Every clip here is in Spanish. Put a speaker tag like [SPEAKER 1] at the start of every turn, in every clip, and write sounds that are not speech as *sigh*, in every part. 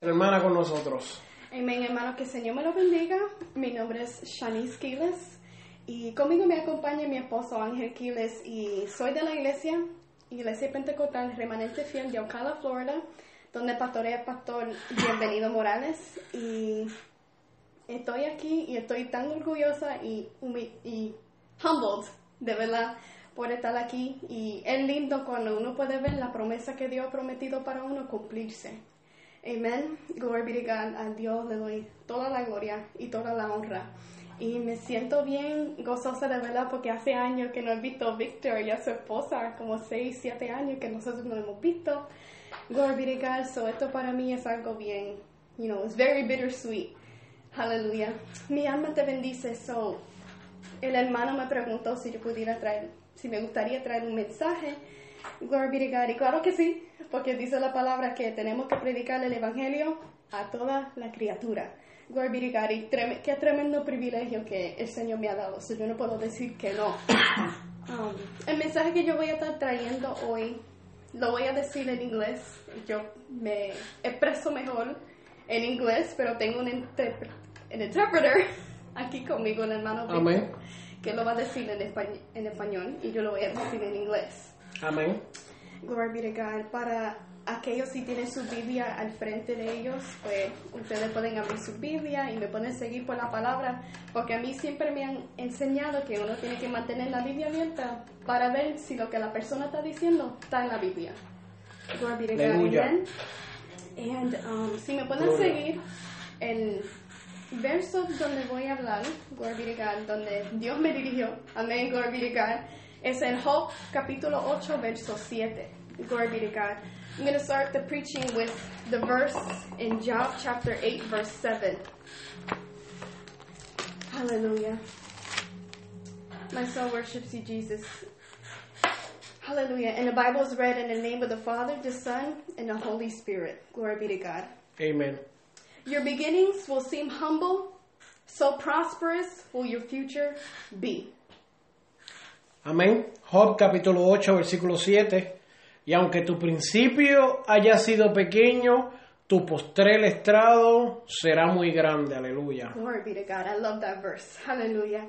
[SPEAKER 1] hermana con nosotros.
[SPEAKER 2] Amén, hermanos, que el Señor me lo bendiga. Mi nombre es Shanice Quiles y conmigo me acompaña mi esposo Ángel Quiles y soy de la iglesia, Iglesia Pentecostal Remanente Fiel de Ocala, Florida, donde pastorea el pastor Bienvenido Morales y estoy aquí y estoy tan orgullosa y, humi- y humbled, de verdad, por estar aquí y es lindo cuando uno puede ver la promesa que Dios ha prometido para uno cumplirse. Amén. Gloria be to God. A Dios le doy toda la gloria y toda la honra. Y me siento bien gozosa de verdad porque hace años que no he visto a Victor y a su esposa, como 6, 7 años que nosotros no hemos visto. Gloria be to God. So esto para mí es algo bien, you know, it's very bittersweet. Aleluya. Mi alma te bendice. So, el hermano me preguntó si yo pudiera traer, si me gustaría traer un mensaje. Gloria be to God. Y claro que sí, porque dice la palabra que tenemos que predicar el evangelio a toda la criatura. Gloria be to God. Y trem- qué tremendo privilegio que el Señor me ha dado. So, yo no puedo decir que no. Um, el mensaje que yo voy a estar trayendo hoy lo voy a decir en inglés. Yo me expreso mejor en inglés, pero tengo un, intérpre- un interpreter aquí conmigo, el hermano Víctor,
[SPEAKER 1] Amén.
[SPEAKER 2] que lo va a decir en, espa- en español y yo lo voy a decir en inglés.
[SPEAKER 1] Amén.
[SPEAKER 2] Gloria be to God. Para aquellos si tienen su Biblia al frente de ellos, pues ustedes pueden abrir su Biblia y me pueden seguir por la palabra, porque a mí siempre me han enseñado que uno tiene que mantener la Biblia abierta para ver si lo que la persona está diciendo está en la Biblia. Gloria be to God.
[SPEAKER 1] Aleluya.
[SPEAKER 2] Amen. And, um, si me pueden
[SPEAKER 1] Gloria.
[SPEAKER 2] seguir, el verso donde voy a hablar, Gloria be to God, donde Dios me dirigió, amén, Gloria be to God, es en Job capítulo 8, verso 7. Glory be to God. I'm going to start the preaching with the verse in Job chapter 8, verse 7. Hallelujah. My soul worships you, Jesus. Hallelujah. And the Bible is read in the name of the Father, the Son, and the Holy Spirit. Glory be to God.
[SPEAKER 1] Amén.
[SPEAKER 2] Your beginnings will seem humble, so prosperous will your future be.
[SPEAKER 1] Amén. Job capítulo 8, versículo 7. Y aunque tu principio haya sido pequeño, tu postrer estrado será muy grande. Aleluya.
[SPEAKER 2] Glory be to God. I love that verse. Hallelujah.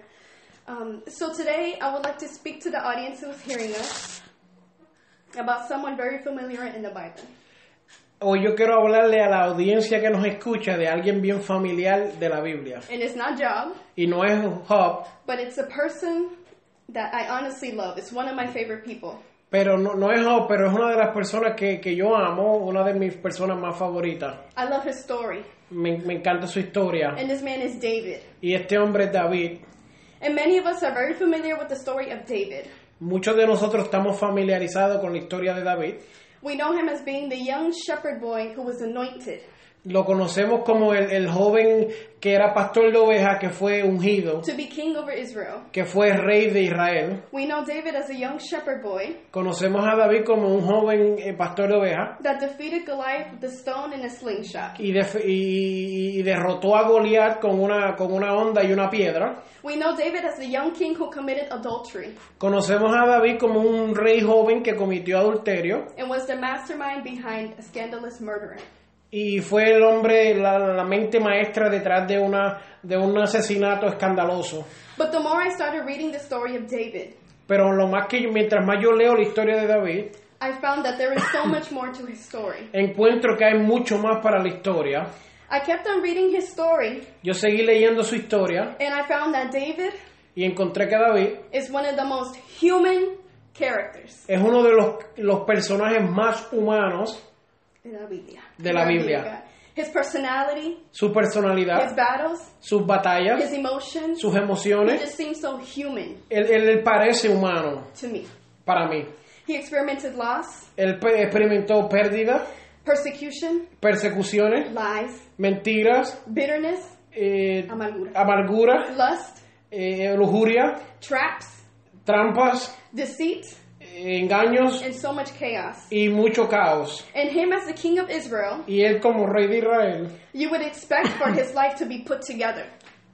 [SPEAKER 2] Um, so today I would like to speak to the audience who's hearing us about someone very familiar in the Bible.
[SPEAKER 1] Hoy yo quiero hablarle a la audiencia que nos escucha de alguien bien familiar de la Biblia.
[SPEAKER 2] And it's not Job,
[SPEAKER 1] Y no es Job,
[SPEAKER 2] but it's a person that I honestly love. It's one of my favorite people.
[SPEAKER 1] pero no, no es Job, pero es una de las personas que, que yo amo, una de mis personas más favoritas.
[SPEAKER 2] I love his story.
[SPEAKER 1] Me, me encanta su historia.
[SPEAKER 2] And this man is David.
[SPEAKER 1] Y este hombre es David.
[SPEAKER 2] And many of us are very familiar with the story of David.
[SPEAKER 1] Muchos de nosotros estamos familiarizados con la historia de David.
[SPEAKER 2] We know him as being the young shepherd boy who was anointed.
[SPEAKER 1] Lo conocemos como el, el joven que era pastor de ovejas, que fue ungido,
[SPEAKER 2] to be king over Israel.
[SPEAKER 1] que fue rey de Israel.
[SPEAKER 2] We know David as a young shepherd boy
[SPEAKER 1] Conocemos a David como un joven eh, pastor de ovejas
[SPEAKER 2] that defeated Goliath with a stone and a slingshot.
[SPEAKER 1] y, def- y- y derrotó a Goliat con una, con una onda y una piedra.
[SPEAKER 2] We know David as the young king who committed adultery
[SPEAKER 1] Conocemos a David como un rey joven que cometió adulterio
[SPEAKER 2] and was the mastermind behind a scandalous murder.
[SPEAKER 1] y fue el hombre, la, la mente maestra detrás de, una, de un asesinato escandaloso.
[SPEAKER 2] But the more I started reading the story of David,
[SPEAKER 1] Pero lo más que mientras más yo leo la historia de David,
[SPEAKER 2] I found that there is so much more to his story.
[SPEAKER 1] encuentro que hay mucho más para la historia.
[SPEAKER 2] I kept on reading his story
[SPEAKER 1] Yo seguí leyendo su historia
[SPEAKER 2] and I found that David
[SPEAKER 1] y encontré que David
[SPEAKER 2] is one of the most human characters
[SPEAKER 1] es uno de los, los personajes más humanos,
[SPEAKER 2] in la Biblia.
[SPEAKER 1] De la
[SPEAKER 2] In
[SPEAKER 1] Biblia.
[SPEAKER 2] His personality,
[SPEAKER 1] su
[SPEAKER 2] his
[SPEAKER 1] personalidad,
[SPEAKER 2] battles,
[SPEAKER 1] sus batallas,
[SPEAKER 2] his emotions,
[SPEAKER 1] sus
[SPEAKER 2] He
[SPEAKER 1] emociones.
[SPEAKER 2] just seems so human
[SPEAKER 1] Él, él- él parece humano
[SPEAKER 2] to me.
[SPEAKER 1] para mí.
[SPEAKER 2] He experimented loss,
[SPEAKER 1] Él pe- experimentó pérdidas,
[SPEAKER 2] persecution,
[SPEAKER 1] persecuciones,
[SPEAKER 2] lies,
[SPEAKER 1] mentiras,
[SPEAKER 2] bitterness,
[SPEAKER 1] eh,
[SPEAKER 2] Amargura.
[SPEAKER 1] amargura,
[SPEAKER 2] lust,
[SPEAKER 1] eh, lujuria,
[SPEAKER 2] traps,
[SPEAKER 1] trampas,
[SPEAKER 2] deceit,
[SPEAKER 1] eh, engaños
[SPEAKER 2] and so much chaos.
[SPEAKER 1] y mucho caos.
[SPEAKER 2] And him as the king of Israel,
[SPEAKER 1] Y él como rey de Israel,
[SPEAKER 2] you would expect for his life to be put together.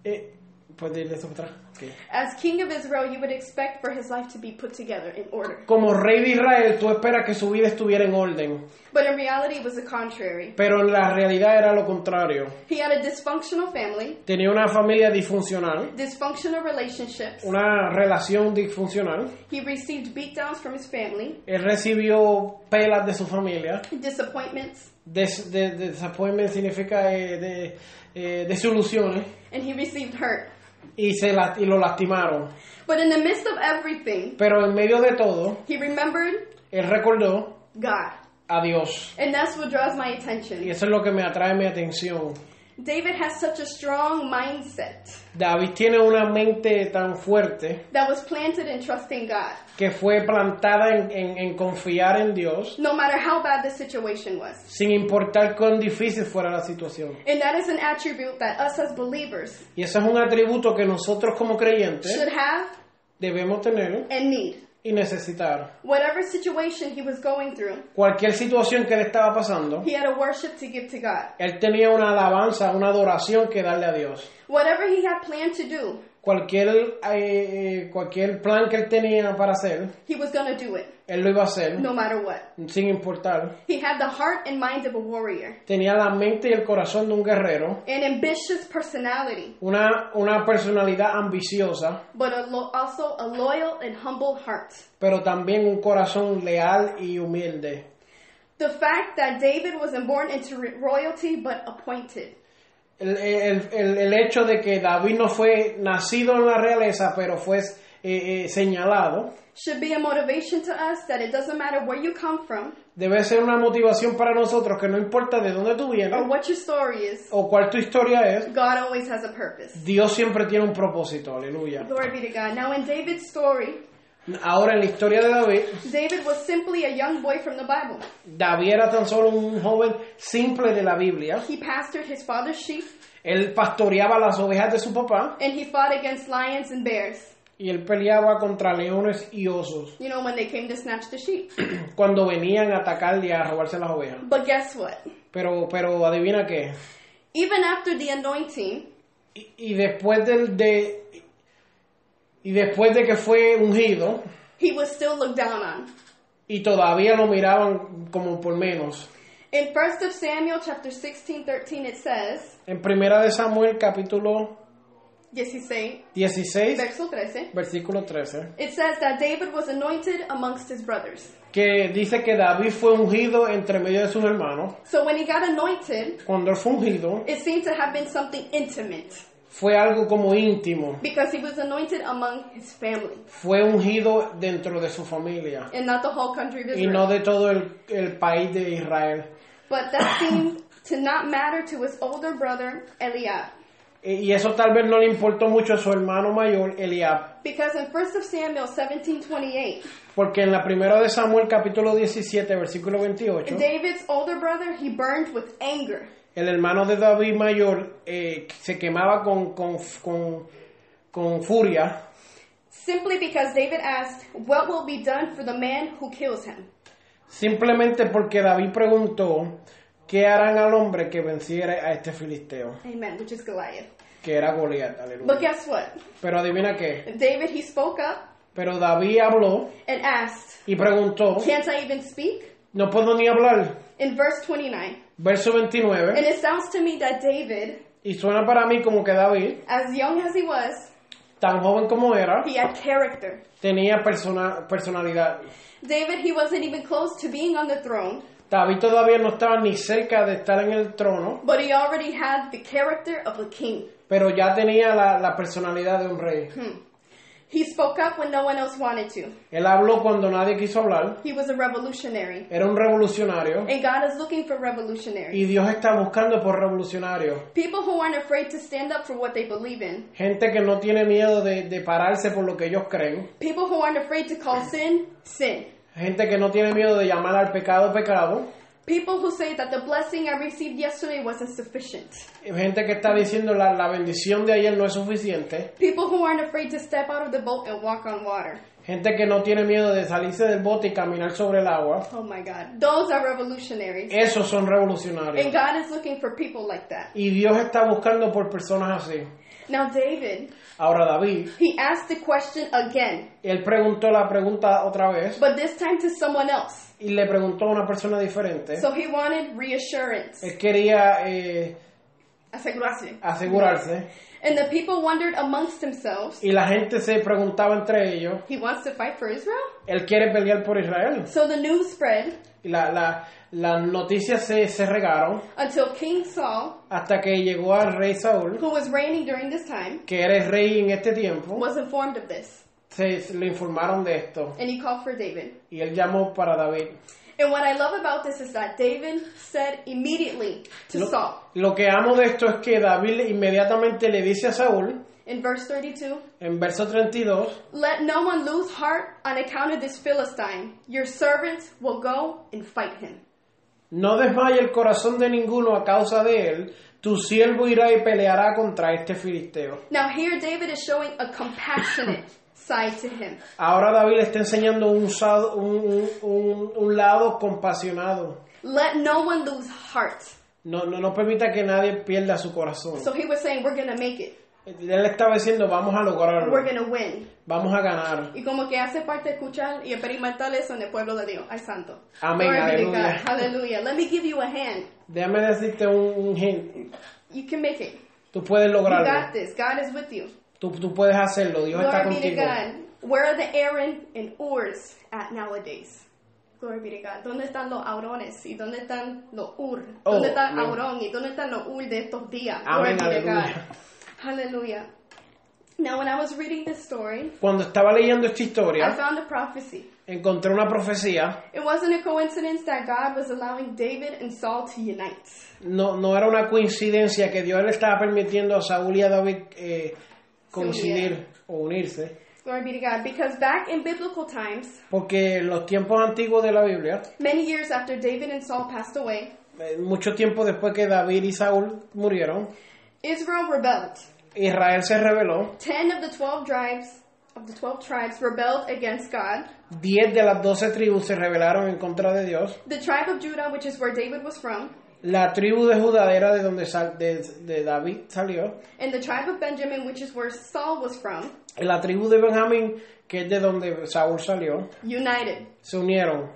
[SPEAKER 1] eh, ¿puedes decirle esto para atrás? Ok.
[SPEAKER 2] As king of Israel, you would expect for his life to be put together in order.
[SPEAKER 1] Como rey de Israel, tú esperas que su vida estuviera en orden,
[SPEAKER 2] But in reality, it was the contrary.
[SPEAKER 1] pero la realidad era lo contrario.
[SPEAKER 2] He had a dysfunctional family,
[SPEAKER 1] Tenía una familia disfuncional,
[SPEAKER 2] dysfunctional relationships.
[SPEAKER 1] una relación disfuncional.
[SPEAKER 2] He received beatdowns from his family,
[SPEAKER 1] Él recibió pelas de su familia.
[SPEAKER 2] disappointments,
[SPEAKER 1] Des, de- de- disappointment significa eh, de, eh, desilusiones.
[SPEAKER 2] and he received hurt.
[SPEAKER 1] Y, se la- y lo lastimaron.
[SPEAKER 2] But in the midst of everything,
[SPEAKER 1] Pero en medio de todo,
[SPEAKER 2] he remembered
[SPEAKER 1] él recordó
[SPEAKER 2] God.
[SPEAKER 1] a Dios.
[SPEAKER 2] And that's what draws my
[SPEAKER 1] Y
[SPEAKER 2] attention.
[SPEAKER 1] eso es lo que me atrae mi atención.
[SPEAKER 2] David has such a strong mindset
[SPEAKER 1] David tiene una mente tan fuerte
[SPEAKER 2] that was planted in trusting God,
[SPEAKER 1] que fue plantada en, en- en confiar en Dios,
[SPEAKER 2] no matter how bad the situation was.
[SPEAKER 1] sin importar cuán difícil fuera la situación.
[SPEAKER 2] And that is an attribute that us as believers
[SPEAKER 1] Y eso es un atributo que nosotros como creyentes
[SPEAKER 2] should have
[SPEAKER 1] debemos tener
[SPEAKER 2] and need.
[SPEAKER 1] y necesitar.
[SPEAKER 2] Whatever situation he was going through,
[SPEAKER 1] Cualquier situación que le estaba pasando,
[SPEAKER 2] he had a worship to give to God.
[SPEAKER 1] él tenía una alabanza, una adoración que darle a Dios.
[SPEAKER 2] Whatever he had planned to do,
[SPEAKER 1] Cualquier, eh, eh, cualquier plan que él tenía para hacer,
[SPEAKER 2] he was going to do it,
[SPEAKER 1] él lo iba a hacer,
[SPEAKER 2] no matter what.
[SPEAKER 1] sin importar.
[SPEAKER 2] He had the heart and mind of a warrior,
[SPEAKER 1] Tenía la mente y el corazón de un guerrero,
[SPEAKER 2] an ambitious personality,
[SPEAKER 1] una, una personalidad ambiciosa,
[SPEAKER 2] but a lo- also a loyal and humble heart.
[SPEAKER 1] pero también un corazón leal y humilde.
[SPEAKER 2] The fact that David wasn't born into re- royalty but appointed.
[SPEAKER 1] El, el- el- el hecho de que David no fue nacido en la realeza, pero fue eh, eh, señalado,
[SPEAKER 2] should be a motivation to us that it doesn't matter where you come from
[SPEAKER 1] debe ser una motivación para nosotros que no importa de dónde tú vienes
[SPEAKER 2] or what your story is,
[SPEAKER 1] o cuál tu historia es,
[SPEAKER 2] God always has a purpose.
[SPEAKER 1] Dios siempre tiene un propósito, aleluya.
[SPEAKER 2] Glory be to God. Now, in David's story,
[SPEAKER 1] Ahora en la historia de David,
[SPEAKER 2] David was simply a young boy from the Bible.
[SPEAKER 1] David era tan solo un joven simple de la Biblia,
[SPEAKER 2] He pastored his father's sheep
[SPEAKER 1] él pastoreaba las ovejas de su papá
[SPEAKER 2] and he fought against lions and bears,
[SPEAKER 1] y él peleaba contra leones y osos
[SPEAKER 2] you know, when they came to snatch the sheep.
[SPEAKER 1] cuando venían a atacarle a robarse las ovejas.
[SPEAKER 2] But guess what?
[SPEAKER 1] Pero, pero adivina qué.
[SPEAKER 2] Even after the anointing,
[SPEAKER 1] Y, y después del de y después de que fue ungido
[SPEAKER 2] he was still looked down on.
[SPEAKER 1] y todavía lo miraban como por menos.
[SPEAKER 2] In 1 of Samuel chapter 16, 13, it says,
[SPEAKER 1] En primera de Samuel capítulo
[SPEAKER 2] yes, he say,
[SPEAKER 1] 16
[SPEAKER 2] verso 13,
[SPEAKER 1] versículo 13
[SPEAKER 2] it says that David was anointed amongst his brothers.
[SPEAKER 1] que dice que David fue ungido entre medio de sus hermanos.
[SPEAKER 2] So when he got anointed,
[SPEAKER 1] Cuando él fue ungido
[SPEAKER 2] it seemed to have been something intimate
[SPEAKER 1] fue algo como íntimo.
[SPEAKER 2] because he was anointed among his family
[SPEAKER 1] Fue ungido dentro de su familia
[SPEAKER 2] and not the whole country of
[SPEAKER 1] y
[SPEAKER 2] Israel.
[SPEAKER 1] no de todo el, el país de Israel.
[SPEAKER 2] But that seemed to not matter to his older brother Eliab
[SPEAKER 1] E- Y eso tal vez no le importó mucho a su hermano mayor, Eliab.
[SPEAKER 2] because in 1 of Samuel 17:28,
[SPEAKER 1] Porque en la primera de Samuel capítulo 17, versículo 28,
[SPEAKER 2] David's older brother he burned with anger
[SPEAKER 1] el hermano de David mayor eh, se quemaba con, con, con, con furia
[SPEAKER 2] simply because David asked, "What will be done for the man who kills him?"
[SPEAKER 1] simplemente porque David preguntó qué harán al hombre que venciera a este filisteo,
[SPEAKER 2] Amen, which is Goliath.
[SPEAKER 1] que era Goliat,
[SPEAKER 2] But
[SPEAKER 1] aleluya.
[SPEAKER 2] guess what?
[SPEAKER 1] Pero adivina qué,
[SPEAKER 2] David he spoke up
[SPEAKER 1] pero David habló
[SPEAKER 2] and asked,
[SPEAKER 1] y preguntó,
[SPEAKER 2] "Can't I even speak?"
[SPEAKER 1] no puedo ni hablar,
[SPEAKER 2] In verse 29,
[SPEAKER 1] verso
[SPEAKER 2] And
[SPEAKER 1] 29,
[SPEAKER 2] it sounds to me that David,
[SPEAKER 1] y suena para mí como que David,
[SPEAKER 2] as young as he was,
[SPEAKER 1] tan joven como era,
[SPEAKER 2] he had character.
[SPEAKER 1] tenía persona, personalidad.
[SPEAKER 2] David, he wasn't even close to being on the throne,
[SPEAKER 1] David todavía no estaba ni cerca de estar en el trono,
[SPEAKER 2] but he already had the character of a king.
[SPEAKER 1] pero ya tenía la, la personalidad de un rey.
[SPEAKER 2] He spoke up when no one else wanted to.
[SPEAKER 1] Él habló cuando nadie quiso hablar,
[SPEAKER 2] He was a revolutionary,
[SPEAKER 1] era un revolucionario
[SPEAKER 2] and God is looking for revolutionaries.
[SPEAKER 1] y Dios está buscando por revolucionarios.
[SPEAKER 2] People who aren't afraid to stand up for what they believe in.
[SPEAKER 1] Gente que no tiene miedo de, de pararse por lo que ellos creen.
[SPEAKER 2] People who aren't afraid to call sin, sin.
[SPEAKER 1] Gente que no tiene miedo de llamar al pecado pecado.
[SPEAKER 2] People who say that the blessing I received yesterday wasn't sufficient.
[SPEAKER 1] Gente que está diciendo la, la bendición de ayer no es suficiente.
[SPEAKER 2] People who aren't afraid to step out of the boat and walk on water.
[SPEAKER 1] Gente que no tiene miedo de salirse del bote y caminar sobre el agua.
[SPEAKER 2] Oh my God. Those are revolutionaries.
[SPEAKER 1] Esos son
[SPEAKER 2] And
[SPEAKER 1] revolucionarios.
[SPEAKER 2] God is looking for people like that.
[SPEAKER 1] Y Dios está buscando por personas así.
[SPEAKER 2] Now, David,
[SPEAKER 1] Ahora David,
[SPEAKER 2] he asked the question again,
[SPEAKER 1] él preguntó la pregunta otra vez
[SPEAKER 2] but this time to someone else.
[SPEAKER 1] y le preguntó a una persona diferente.
[SPEAKER 2] So he wanted reassurance.
[SPEAKER 1] Él quería eh,
[SPEAKER 2] Asegurarse.
[SPEAKER 1] asegurarse
[SPEAKER 2] And the people wondered amongst themselves,
[SPEAKER 1] y la gente se preguntaba entre ellos,
[SPEAKER 2] he wants to fight for Israel?
[SPEAKER 1] él quiere pelear por Israel.
[SPEAKER 2] So the news spread
[SPEAKER 1] Y la- la- las noticias se, se regaron
[SPEAKER 2] until King Saul,
[SPEAKER 1] hasta que llegó al rey Saúl,
[SPEAKER 2] who was reigning during this time,
[SPEAKER 1] que era el rey en este tiempo,
[SPEAKER 2] was informed of this.
[SPEAKER 1] se le informaron de esto
[SPEAKER 2] And he called for David.
[SPEAKER 1] y él llamó para David.
[SPEAKER 2] And what I love about this is that David said immediately to
[SPEAKER 1] Lo,
[SPEAKER 2] Saul
[SPEAKER 1] lo que amo de esto es que David inmediatamente le dice a Saúl,
[SPEAKER 2] in verse 32
[SPEAKER 1] en verso 32,
[SPEAKER 2] Let no one lose heart on account of this Philistine. Your servants will go and fight him.
[SPEAKER 1] no desmaye el corazón de ninguno a causa de él, tu siervo irá y peleará contra este filisteo.
[SPEAKER 2] Now, here David is showing a compassionate
[SPEAKER 1] *coughs*
[SPEAKER 2] side to him.
[SPEAKER 1] Ahora David le está enseñando un, sa- un- un- un lado compasionado.
[SPEAKER 2] Let no one lose heart.
[SPEAKER 1] No, no, no permita que nadie pierda su corazón.
[SPEAKER 2] So he was saying, We're going to make it.
[SPEAKER 1] Él estaba diciendo, vamos a lograrlo,
[SPEAKER 2] We're going to win.
[SPEAKER 1] vamos a ganar.
[SPEAKER 2] Y como que hace parte escuchar y experimentar eso en el pueblo de Dios. Ay, santo.
[SPEAKER 1] Amén,
[SPEAKER 2] Glory be to
[SPEAKER 1] aleluya.
[SPEAKER 2] God. Hallelujah. Let me give you a hand.
[SPEAKER 1] Déjame decirte un, un hint.
[SPEAKER 2] You can make it.
[SPEAKER 1] Tú puedes
[SPEAKER 2] You got
[SPEAKER 1] lograrlo.
[SPEAKER 2] this. God is with you.
[SPEAKER 1] Tú, tú puedes hacerlo. Dios está
[SPEAKER 2] Glory be to
[SPEAKER 1] contigo.
[SPEAKER 2] God. Where are the Aaron and Urs at nowadays? Glory be to God. ¿Dónde están los Aurones? ¿Y dónde están los Ur?
[SPEAKER 1] Oh,
[SPEAKER 2] ¿Dónde están
[SPEAKER 1] amén.
[SPEAKER 2] Aurón? ¿Y dónde están los Ur de estos días?
[SPEAKER 1] Amén,
[SPEAKER 2] Glory be to
[SPEAKER 1] aleluya.
[SPEAKER 2] God. Hallelujah. Now, when I was reading this story,
[SPEAKER 1] Cuando estaba leyendo esta
[SPEAKER 2] I
[SPEAKER 1] historia,
[SPEAKER 2] found a prophecy.
[SPEAKER 1] encontré una profecía.
[SPEAKER 2] It wasn't a coincidence that God was allowing David and Saul to unite.
[SPEAKER 1] No, no era una coincidencia que Dios le estaba permitiendo a Saúl y a David eh, coincidir o unirse.
[SPEAKER 2] Glory be to God. Because back in biblical times,
[SPEAKER 1] Porque en los tiempos antiguos de la Biblia,
[SPEAKER 2] many years after David and Saul passed away,
[SPEAKER 1] eh, mucho tiempo después que David y Saúl murieron,
[SPEAKER 2] Israel rebelled.
[SPEAKER 1] Israel se rebeló.
[SPEAKER 2] Ten of the twelve tribes of the twelve tribes rebelled against God.
[SPEAKER 1] Diez de las doce tribus se rebelaron en contra de Dios.
[SPEAKER 2] The tribe of Judah, which is where David was from,
[SPEAKER 1] La tribu de Judá era de donde sal- de, de David salió.
[SPEAKER 2] and the tribe of Benjamin, which is where Saul was from,
[SPEAKER 1] La tribu de Benjamín, que es de donde Saúl salió,
[SPEAKER 2] united.
[SPEAKER 1] se unieron.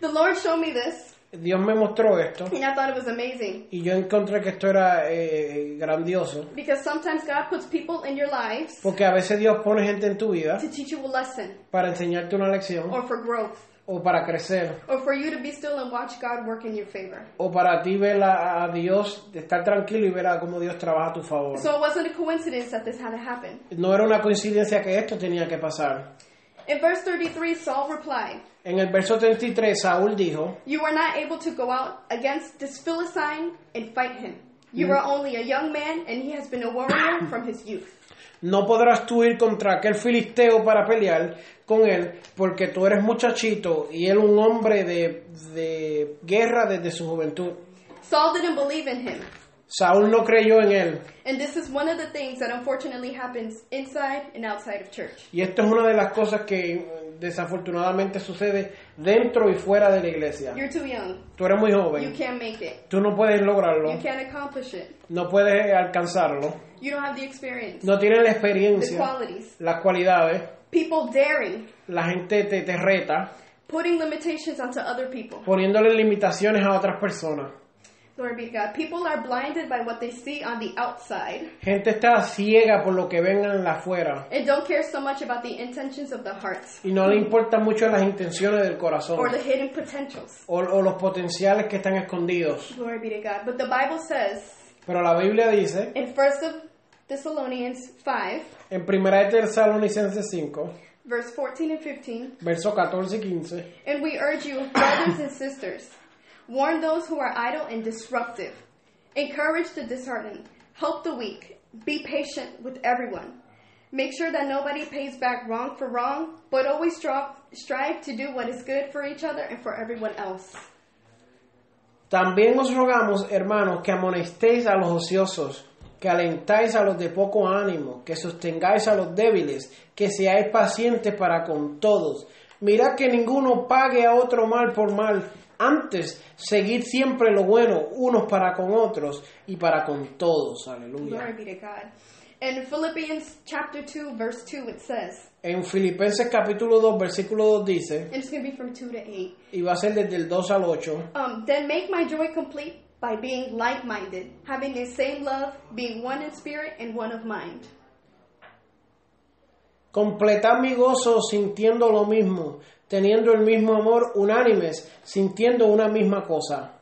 [SPEAKER 2] The Lord showed me this,
[SPEAKER 1] Dios me mostró esto
[SPEAKER 2] and I thought it was amazing.
[SPEAKER 1] y yo encontré que esto era eh, grandioso.
[SPEAKER 2] Because sometimes God puts people in your lives
[SPEAKER 1] Porque a veces Dios pone gente en tu vida
[SPEAKER 2] to teach you a lesson,
[SPEAKER 1] para enseñarte una lección
[SPEAKER 2] or for growth,
[SPEAKER 1] o para crecer
[SPEAKER 2] or for you to be still and watch God work in your favor.
[SPEAKER 1] o para ti ver a, a Dios, de estar tranquilo y ver a cómo Dios trabaja a tu favor.
[SPEAKER 2] So it wasn't a coincidence that this had to happen.
[SPEAKER 1] No era una coincidencia que esto tenía que pasar.
[SPEAKER 2] In verse 33, Saul replied,
[SPEAKER 1] En el verso 33 Saúl dijo,
[SPEAKER 2] You were not able to go out against this Philistine and fight him. You are only a young man, and he has been a warrior from his youth.
[SPEAKER 1] no podrás tú ir contra aquel filisteo para pelear con él, porque tú eres muchachito y él un hombre de, de guerra desde su juventud.
[SPEAKER 2] Saul didn't believe in him.
[SPEAKER 1] Saúl no creyó en él.
[SPEAKER 2] And this is one of the things that unfortunately happens inside and outside of church.
[SPEAKER 1] Y esto es una de las cosas que eh, desafortunadamente sucede dentro y fuera de la iglesia.
[SPEAKER 2] You're too young.
[SPEAKER 1] Tú eres muy
[SPEAKER 2] You
[SPEAKER 1] joven,
[SPEAKER 2] can't make it.
[SPEAKER 1] tú no puedes
[SPEAKER 2] You
[SPEAKER 1] lograrlo,
[SPEAKER 2] can't accomplish it.
[SPEAKER 1] no puedes alcanzarlo,
[SPEAKER 2] You don't have the experience,
[SPEAKER 1] no tienes la
[SPEAKER 2] the
[SPEAKER 1] experiencia,
[SPEAKER 2] qualities.
[SPEAKER 1] las cualidades,
[SPEAKER 2] People daring,
[SPEAKER 1] la gente te, te reta,
[SPEAKER 2] putting limitations onto other people.
[SPEAKER 1] poniéndole limitaciones a otras personas.
[SPEAKER 2] Glory be to God. People are blinded by what they see on the outside
[SPEAKER 1] Gente está ciega por lo que vengan de afuera
[SPEAKER 2] and don't care so much about the intentions of the heart.
[SPEAKER 1] y no le importan mucho las intenciones del
[SPEAKER 2] or
[SPEAKER 1] corazón
[SPEAKER 2] the hidden potentials.
[SPEAKER 1] o, o los potenciales que están escondidos.
[SPEAKER 2] Glory be to God. But the Bible says
[SPEAKER 1] Pero la Biblia dice
[SPEAKER 2] in 1 of Thessalonians 5,
[SPEAKER 1] en 1 de Tesalonicenses 5,
[SPEAKER 2] verse 14 and 15,
[SPEAKER 1] versos 14 y 15.
[SPEAKER 2] and we urge you, brothers and sisters, warn those who are idle and disruptive, encourage the disheartened, help the weak, be patient with everyone. Make sure that nobody pays back wrong for wrong, but always strive, strive to do what is good for each other and for everyone else.
[SPEAKER 1] También os rogamos, hermanos, que amonestéis a los ociosos, que alentáis a los de poco ánimo, que sostengáis a los débiles, que seáis pacientes para con todos. Mirad que ninguno pague a otro mal por mal. Antes, seguid siempre lo bueno, unos para con otros y para con todos.
[SPEAKER 2] Glory
[SPEAKER 1] Aleluya.
[SPEAKER 2] be to God. In Philippians chapter 2, verse 2, it says,
[SPEAKER 1] En Filipenses capítulo 2, versículo 2 dice,
[SPEAKER 2] and it's going to be from 2 to 8.
[SPEAKER 1] y va a ser desde el 2 al 8,
[SPEAKER 2] Um, then make my joy complete by being like minded, having the same love, being one in spirit and one of mind.
[SPEAKER 1] Completad mi gozo sintiendo lo mismo, teniendo el mismo amor, unánimes, sintiendo una misma cosa.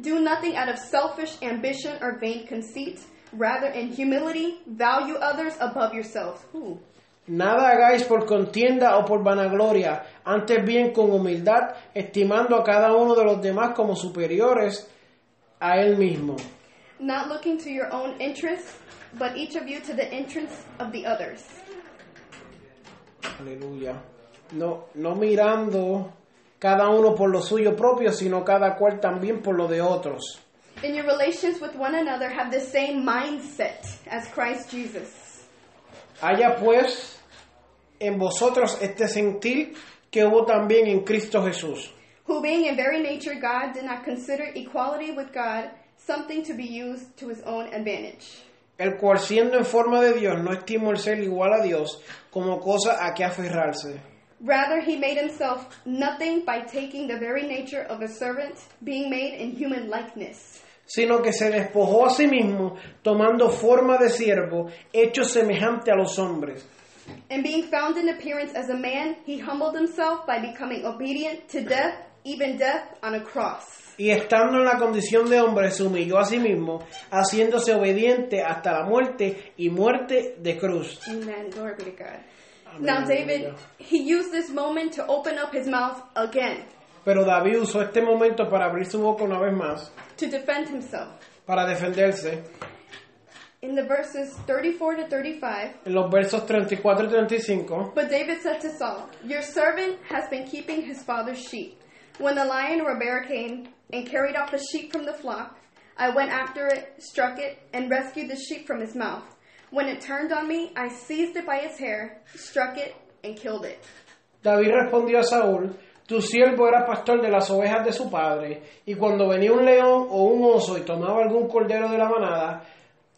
[SPEAKER 2] Do nothing out of selfish ambition or vain conceit. Rather, in humility, value others above yourself. Ooh.
[SPEAKER 1] Nada hagáis por contienda o por vanagloria, antes bien con humildad, estimando a cada uno de los demás como superiores a él mismo,
[SPEAKER 2] Not looking to your own interests, but each of you to the interests of the others.
[SPEAKER 1] Aleluya. No, no mirando cada uno por lo suyo propio, sino cada cual también por lo de otros.
[SPEAKER 2] In your relations with one another, have the same mindset as Christ Jesus,
[SPEAKER 1] Haya pues en vosotros este sentir que hubo también en Cristo Jesús.
[SPEAKER 2] who, being in very nature God, did not consider equality with God something to be used to his own advantage.
[SPEAKER 1] el cual siendo en forma de Dios no estimó el ser igual a Dios como cosa a que aferrarse,
[SPEAKER 2] Rather, he made himself nothing by taking the very nature of a servant, being made in human likeness.
[SPEAKER 1] sino que se despojó a sí mismo tomando forma de siervo, hecho semejante a los hombres,
[SPEAKER 2] And being found in appearance as a man, he humbled himself by becoming obedient to death, even death on a cross.
[SPEAKER 1] y estando en la condición de hombre se humilló a sí mismo, haciéndose obediente hasta la muerte y muerte de cruz.
[SPEAKER 2] Amen. Glory be to God.
[SPEAKER 1] Amen.
[SPEAKER 2] Now, David, he used this moment to open up his mouth again
[SPEAKER 1] Pero David usó este momento para abrir su boca una vez más,
[SPEAKER 2] to defend himself.
[SPEAKER 1] para defenderse.
[SPEAKER 2] In the verses 34 to 35,
[SPEAKER 1] En los versos 34 y 35
[SPEAKER 2] But David said to Saul, Your servant has been keeping his father's sheep. When the lion or bear came and carried off a sheep from the flock, I went after it, struck it, and rescued the sheep from his mouth. When it turned on me, I seized it by its hair, struck it, and killed it.
[SPEAKER 1] David respondió a Saúl, tu siervo era pastor de las ovejas de su padre, y cuando venía un león o un oso y tomaba algún cordero de la manada,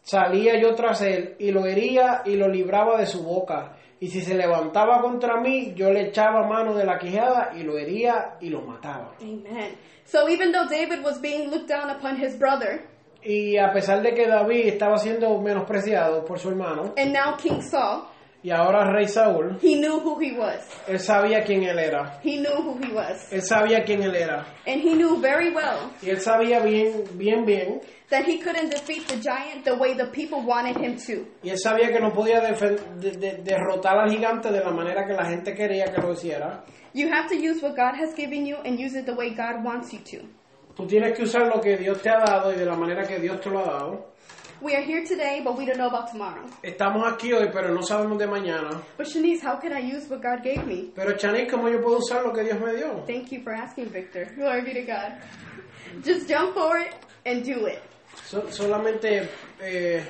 [SPEAKER 1] salía yo tras él y lo hería y lo libraba de su boca. Y si se levantaba contra mí, yo le echaba mano de la quijada y lo hería y lo mataba.
[SPEAKER 2] Amen. So even though David was being looked down upon his brother,
[SPEAKER 1] Y a pesar de que David estaba siendo menospreciado por su hermano,
[SPEAKER 2] and now King Saul,
[SPEAKER 1] y ahora rey Saúl,
[SPEAKER 2] he knew who he was.
[SPEAKER 1] él sabía quién él era.
[SPEAKER 2] He knew who he was.
[SPEAKER 1] Él sabía quién él era.
[SPEAKER 2] And he knew very well
[SPEAKER 1] Y él sabía bien, bien, bien
[SPEAKER 2] that he couldn't defeat the giant the way the people wanted him to.
[SPEAKER 1] Y él sabía que no podía defen- de- de- derrotar al gigante de la manera que la gente quería que lo hiciera.
[SPEAKER 2] You have to use what God has given you and use it the way God wants you to.
[SPEAKER 1] Tú tienes que usar lo que Dios te ha dado y de la manera que Dios te lo ha dado.
[SPEAKER 2] We are here today, but we don't know about tomorrow.
[SPEAKER 1] Estamos aquí hoy, pero no sabemos de mañana.
[SPEAKER 2] But Shanice, how can I use what God gave me?
[SPEAKER 1] Pero Chanis, ¿cómo yo puedo usar lo que Dios me dio?
[SPEAKER 2] Thank you for asking, Victor. *laughs* Glory be to God. Just jump for it and do it.
[SPEAKER 1] So- solamente eh,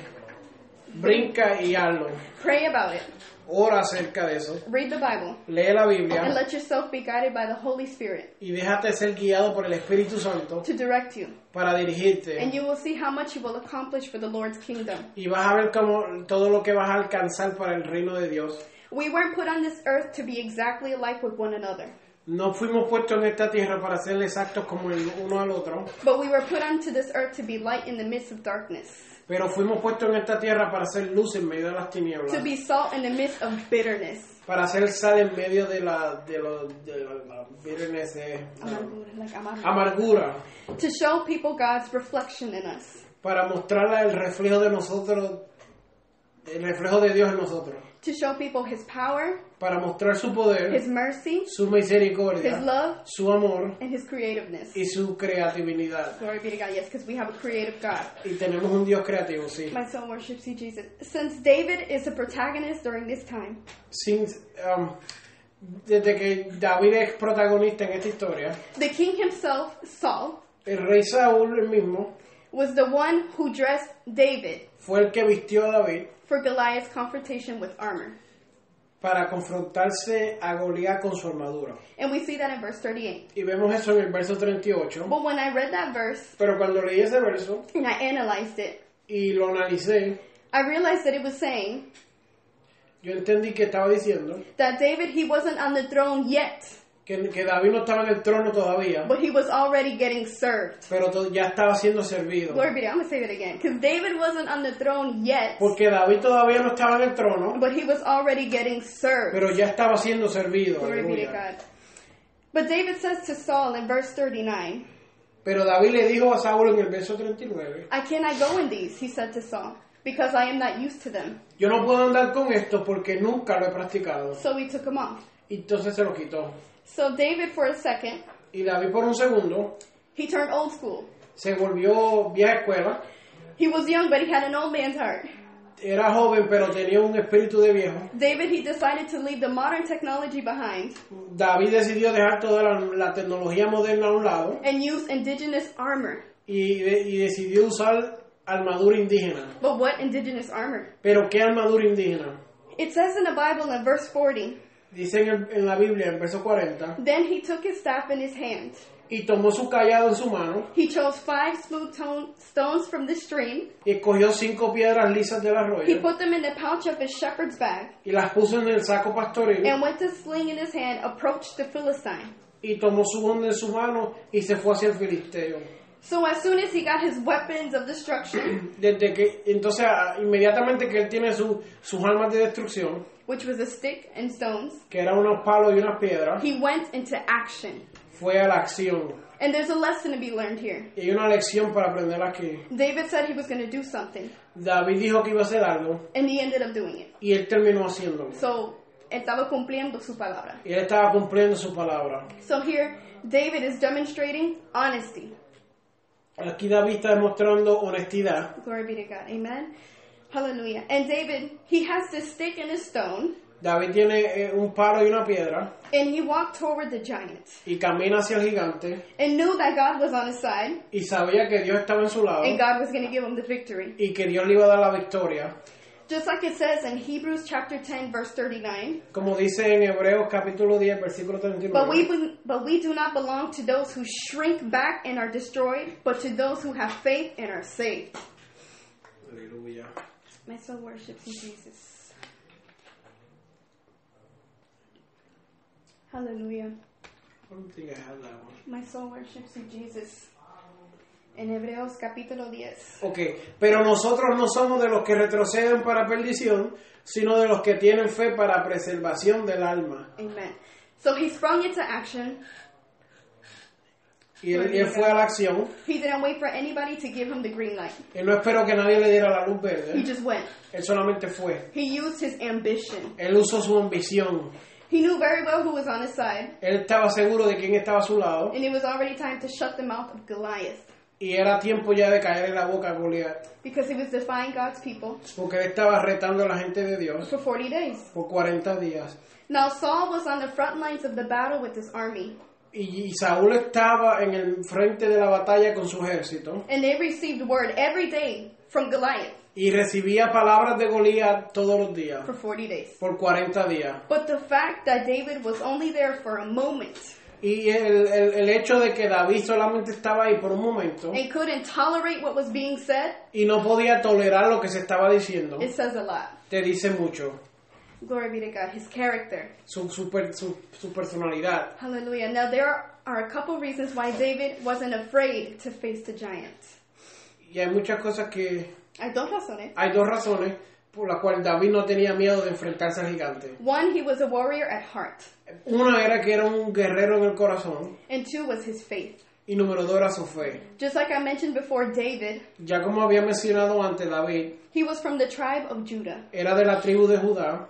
[SPEAKER 1] brinca y hazlo.
[SPEAKER 2] Pray about it.
[SPEAKER 1] Ora acerca de eso.
[SPEAKER 2] Read the Bible.
[SPEAKER 1] Lee la
[SPEAKER 2] And
[SPEAKER 1] Biblia
[SPEAKER 2] let yourself be guided by the Holy Spirit
[SPEAKER 1] y déjate ser guiado por el Espíritu Santo
[SPEAKER 2] to direct you.
[SPEAKER 1] para
[SPEAKER 2] And
[SPEAKER 1] dirigirte.
[SPEAKER 2] you will see how much you will accomplish for the Lord's kingdom.
[SPEAKER 1] Y vas a ver cómo todo lo que vas a alcanzar para el reino de Dios.
[SPEAKER 2] We weren't put on this earth to be exactly alike with one another,
[SPEAKER 1] No fuimos puestos en esta tierra para ser exactos como el uno al otro,
[SPEAKER 2] but we were put onto this earth to be light in the midst of darkness.
[SPEAKER 1] pero fuimos puestos en esta tierra para ser luz en medio de las tinieblas,
[SPEAKER 2] to be salt in the midst of bitterness.
[SPEAKER 1] para ser sal en medio de la de lo- de la- la bitterness, de la
[SPEAKER 2] Amargura, like amargura.
[SPEAKER 1] amargura,
[SPEAKER 2] To show people God's reflection in us,
[SPEAKER 1] para mostrar el reflejo de nosotros, el reflejo de Dios en nosotros,
[SPEAKER 2] to show people his power,
[SPEAKER 1] para mostrar su poder,
[SPEAKER 2] his mercy,
[SPEAKER 1] su
[SPEAKER 2] his
[SPEAKER 1] misericordia,
[SPEAKER 2] love,
[SPEAKER 1] su amor
[SPEAKER 2] and his creativeness.
[SPEAKER 1] y su creatividad.
[SPEAKER 2] Glory be to God, yes, because we have a creative God.
[SPEAKER 1] Y tenemos un Dios creativo, sí.
[SPEAKER 2] My soul worships you, Jesus. Since David is a protagonist during this time,
[SPEAKER 1] Since, um, desde que David es protagonista en esta historia,
[SPEAKER 2] the king himself, Saul,
[SPEAKER 1] el rey Saúl el mismo
[SPEAKER 2] was the one who dressed David
[SPEAKER 1] fue el que vistió a David
[SPEAKER 2] for Goliath's confrontation with armor.
[SPEAKER 1] para confrontarse a Goliat con su armadura.
[SPEAKER 2] And we see that in verse 38.
[SPEAKER 1] Y vemos eso en el verso 38.
[SPEAKER 2] But when I read that verse
[SPEAKER 1] Pero cuando leí ese verso
[SPEAKER 2] and I analyzed it,
[SPEAKER 1] y lo analicé,
[SPEAKER 2] I realized that it was saying
[SPEAKER 1] yo entendí que estaba diciendo
[SPEAKER 2] that David, he wasn't on the throne yet,
[SPEAKER 1] que, que David no estaba en el trono todavía,
[SPEAKER 2] but he was already getting served.
[SPEAKER 1] pero to- ya estaba siendo servido.
[SPEAKER 2] Glory be to God. I'm going to say that again. Because David wasn't on the throne yet,
[SPEAKER 1] Porque David todavía no estaba en el trono,
[SPEAKER 2] but he was already getting served.
[SPEAKER 1] pero ya estaba siendo servido.
[SPEAKER 2] Glory be to
[SPEAKER 1] aleluya.
[SPEAKER 2] God. But David says to Saul in verse 39,
[SPEAKER 1] Pero David le dijo a Saúl en el verso 39,
[SPEAKER 2] I cannot go in these, he said to Saul, because I am not used to them.
[SPEAKER 1] yo no puedo andar con esto porque nunca lo he practicado.
[SPEAKER 2] So he took them off.
[SPEAKER 1] Y entonces se lo quitó.
[SPEAKER 2] So David, for a second,
[SPEAKER 1] Y David por un segundo
[SPEAKER 2] he turned old school.
[SPEAKER 1] se volvió vieja escuela,
[SPEAKER 2] He was young, but he had an old man's heart.
[SPEAKER 1] era joven pero tenía un espíritu de viejo.
[SPEAKER 2] David, he decided to leave the modern technology behind
[SPEAKER 1] David decidió dejar toda la, la tecnología moderna a un lado
[SPEAKER 2] and use indigenous armor.
[SPEAKER 1] y, de- y decidió usar armadura indígena.
[SPEAKER 2] But what indigenous armor?
[SPEAKER 1] Pero ¿qué armadura indígena?
[SPEAKER 2] It says in the Bible in verse 40,
[SPEAKER 1] Dice en, el- en la Biblia, en verso 40,
[SPEAKER 2] then he took his staff in his hand.
[SPEAKER 1] y tomó su callado en su mano
[SPEAKER 2] He chose five smooth tone, stones from the stream.
[SPEAKER 1] y escogió cinco piedras lisas del
[SPEAKER 2] He
[SPEAKER 1] arroyo
[SPEAKER 2] put them in the pouch of his shepherd's bag
[SPEAKER 1] y las puso en el saco pastoril
[SPEAKER 2] and with the sling in his hand approached the Philistine.
[SPEAKER 1] y tomó su onda en su mano y se fue hacia el filisteo.
[SPEAKER 2] So as soon as he got his weapons of destruction, *clears throat*
[SPEAKER 1] Desde que, entonces, a- inmediatamente que él tiene su- sus armas de destrucción,
[SPEAKER 2] which was a stick and stones,
[SPEAKER 1] que eran unos palos y unas piedras,
[SPEAKER 2] he went into action.
[SPEAKER 1] fue a la acción.
[SPEAKER 2] And there's a lesson to be learned here.
[SPEAKER 1] Y hay una lección para aprender aquí.
[SPEAKER 2] David said he was going to do something,
[SPEAKER 1] David dijo que iba a hacer algo
[SPEAKER 2] and he ended up doing it.
[SPEAKER 1] y él terminó haciéndolo.
[SPEAKER 2] So estaba cumpliendo su palabra.
[SPEAKER 1] Y él estaba cumpliendo su palabra.
[SPEAKER 2] So here, David is demonstrating honesty.
[SPEAKER 1] Aquí David está demostrando honestidad.
[SPEAKER 2] Glory be to God. Amen. Hallelujah. And David, he has this stick and a stone,
[SPEAKER 1] David tiene eh, un palo y una piedra
[SPEAKER 2] and he walked toward the giant
[SPEAKER 1] y camina hacia el gigante
[SPEAKER 2] and knew that God was on his side
[SPEAKER 1] y sabía que Dios estaba en su lado
[SPEAKER 2] and God was going to give him the victory.
[SPEAKER 1] y que Dios le iba a dar la victoria.
[SPEAKER 2] Just like it says in Hebrews chapter 10 verse 39,
[SPEAKER 1] Como dice en Hebreos capítulo 10, versículo
[SPEAKER 2] but we
[SPEAKER 1] 39.
[SPEAKER 2] but we do not belong to those who shrink back and are destroyed, but to those who have faith and are saved.
[SPEAKER 1] Aleluya.
[SPEAKER 2] My soul worships you, Jesus. Hallelujah.
[SPEAKER 1] I don't think I have that one.
[SPEAKER 2] My soul worships you, Jesus. En Hebreos capítulo 10.
[SPEAKER 1] Ok, pero nosotros no somos de los que retroceden para perdición, sino de los que tienen fe para preservación del alma.
[SPEAKER 2] Amen. So he sprung into action.
[SPEAKER 1] Y él, y él fue a la acción.
[SPEAKER 2] He didn't wait for anybody to give him the green light.
[SPEAKER 1] Él no esperó que nadie le diera la luz
[SPEAKER 2] He
[SPEAKER 1] verde.
[SPEAKER 2] just went.
[SPEAKER 1] Él solamente fue.
[SPEAKER 2] He used his ambition.
[SPEAKER 1] Él usó su ambición.
[SPEAKER 2] He knew very well who was on his side,
[SPEAKER 1] Él estaba seguro de quién estaba a su lado.
[SPEAKER 2] and it was already time to shut the mouth of Goliath
[SPEAKER 1] Y era tiempo ya de caer en la boca a Goliat.
[SPEAKER 2] because he was defying God's people
[SPEAKER 1] Porque él estaba retando a la gente de Dios
[SPEAKER 2] for 40 days.
[SPEAKER 1] por 40 días.
[SPEAKER 2] Now Saul was on the front lines of the battle with his army,
[SPEAKER 1] Y, y Saúl estaba en el frente de la batalla con su ejército.
[SPEAKER 2] and they received word every day from Goliath
[SPEAKER 1] Y recibía palabras de Goliat todos los días.
[SPEAKER 2] for 40 days.
[SPEAKER 1] Por 40 días.
[SPEAKER 2] But the fact that David was only there for a moment
[SPEAKER 1] Y el, el- el hecho de que David solamente estaba ahí por un momento
[SPEAKER 2] and couldn't tolerate what was being said,
[SPEAKER 1] y no podía tolerar lo que se estaba diciendo,
[SPEAKER 2] it says a lot.
[SPEAKER 1] te dice mucho.
[SPEAKER 2] Glory be to God, his character.
[SPEAKER 1] Su, su, per- su, su personalidad.
[SPEAKER 2] Hallelujah. Now, there are a couple reasons why David wasn't afraid to face the giant.
[SPEAKER 1] Y hay muchas cosas que...
[SPEAKER 2] Hay dos razones.
[SPEAKER 1] Hay dos razones por las cuales David no tenía miedo de enfrentarse al gigante.
[SPEAKER 2] One, he was a warrior at heart,
[SPEAKER 1] Una era que era un guerrero en el corazón
[SPEAKER 2] and two was his faith.
[SPEAKER 1] y número dos era su fe.
[SPEAKER 2] Just like I mentioned before, David,
[SPEAKER 1] Ya como había mencionado antes, David
[SPEAKER 2] he was from the tribe of Judah.
[SPEAKER 1] era de la tribu de Judá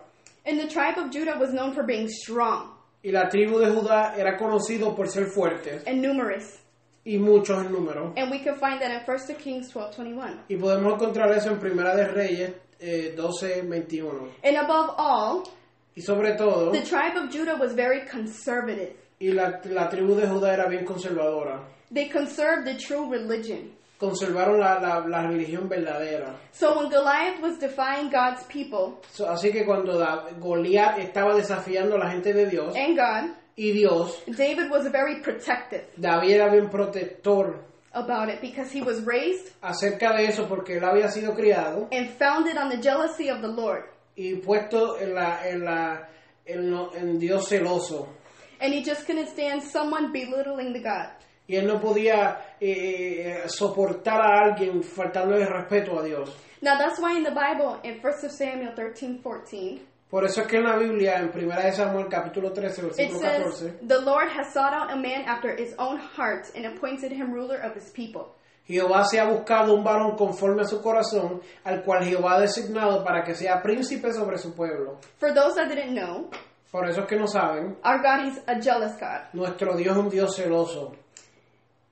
[SPEAKER 2] And the tribe of Judah was known for being strong
[SPEAKER 1] Y la tribu de Judá era conocido por ser fuerte
[SPEAKER 2] and numerous.
[SPEAKER 1] y muchos en número.
[SPEAKER 2] And we can find that in 1 Kings 12 21.
[SPEAKER 1] Y podemos encontrar eso en Primera de Reyes eh, 12, 21.
[SPEAKER 2] And above all,
[SPEAKER 1] Y sobre todo,
[SPEAKER 2] the tribe of Judah was very conservative.
[SPEAKER 1] y la, la tribu de Judá era bien conservadora.
[SPEAKER 2] They conserved the true religion.
[SPEAKER 1] Conservaron la, la- la religión verdadera.
[SPEAKER 2] So when Goliath was defying God's people
[SPEAKER 1] So, así que cuando Da- Goliat estaba desafiando a la gente de Dios
[SPEAKER 2] and God,
[SPEAKER 1] y Dios,
[SPEAKER 2] David was very protective
[SPEAKER 1] David era bien protector
[SPEAKER 2] about it because he was raised
[SPEAKER 1] acerca de eso porque él había sido criado
[SPEAKER 2] and founded on the jealousy of the Lord.
[SPEAKER 1] y puesto en, la, en, la, en, lo- en Dios celoso.
[SPEAKER 2] And he just couldn't stand someone belittling the God.
[SPEAKER 1] Y él no podía eh, eh, soportar a alguien faltándole el respeto a Dios.
[SPEAKER 2] Now that's why in the Bible, in 1 Samuel 13 14,
[SPEAKER 1] Por eso es que en la Biblia, en 1 de Samuel capítulo 13,
[SPEAKER 2] It
[SPEAKER 1] versículo
[SPEAKER 2] says,
[SPEAKER 1] 14,
[SPEAKER 2] The Lord has sought out a man after his own heart and appointed him ruler of his people.
[SPEAKER 1] Jehová se ha buscado un varón conforme a su corazón, al cual Jehová ha designado para que sea príncipe sobre su pueblo.
[SPEAKER 2] For those that didn't know,
[SPEAKER 1] Por eso es que no saben,
[SPEAKER 2] our God is a jealous God.
[SPEAKER 1] nuestro Dios es un Dios celoso.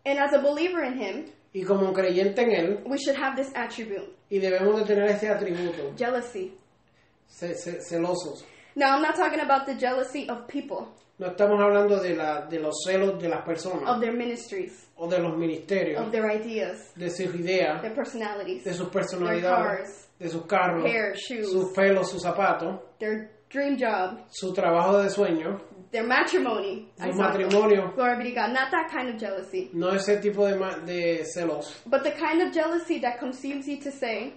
[SPEAKER 2] And as a believer in him,
[SPEAKER 1] Y como creyente en Él,
[SPEAKER 2] we should have this attribute
[SPEAKER 1] y debemos de tener este atributo,
[SPEAKER 2] jealousy.
[SPEAKER 1] ce- ce- celosos.
[SPEAKER 2] Now, I'm not talking about the jealousy of people,
[SPEAKER 1] No estamos hablando de, la, de los celos de las personas
[SPEAKER 2] of their ministries,
[SPEAKER 1] o de los ministerios,
[SPEAKER 2] of their ideas,
[SPEAKER 1] de sus ideas,
[SPEAKER 2] their personalities,
[SPEAKER 1] de sus
[SPEAKER 2] Their
[SPEAKER 1] personalidades,
[SPEAKER 2] cars.
[SPEAKER 1] de sus carros,
[SPEAKER 2] Hair, shoes.
[SPEAKER 1] sus pelos, sus zapatos,
[SPEAKER 2] their dream job,
[SPEAKER 1] su trabajo de sueño,
[SPEAKER 2] their matrimony.
[SPEAKER 1] su
[SPEAKER 2] saw them.
[SPEAKER 1] matrimonio.
[SPEAKER 2] Glory be to God. Not that kind of jealousy,
[SPEAKER 1] No ese tipo de, ma- de celos.
[SPEAKER 2] but the kind of jealousy that conceives you to say,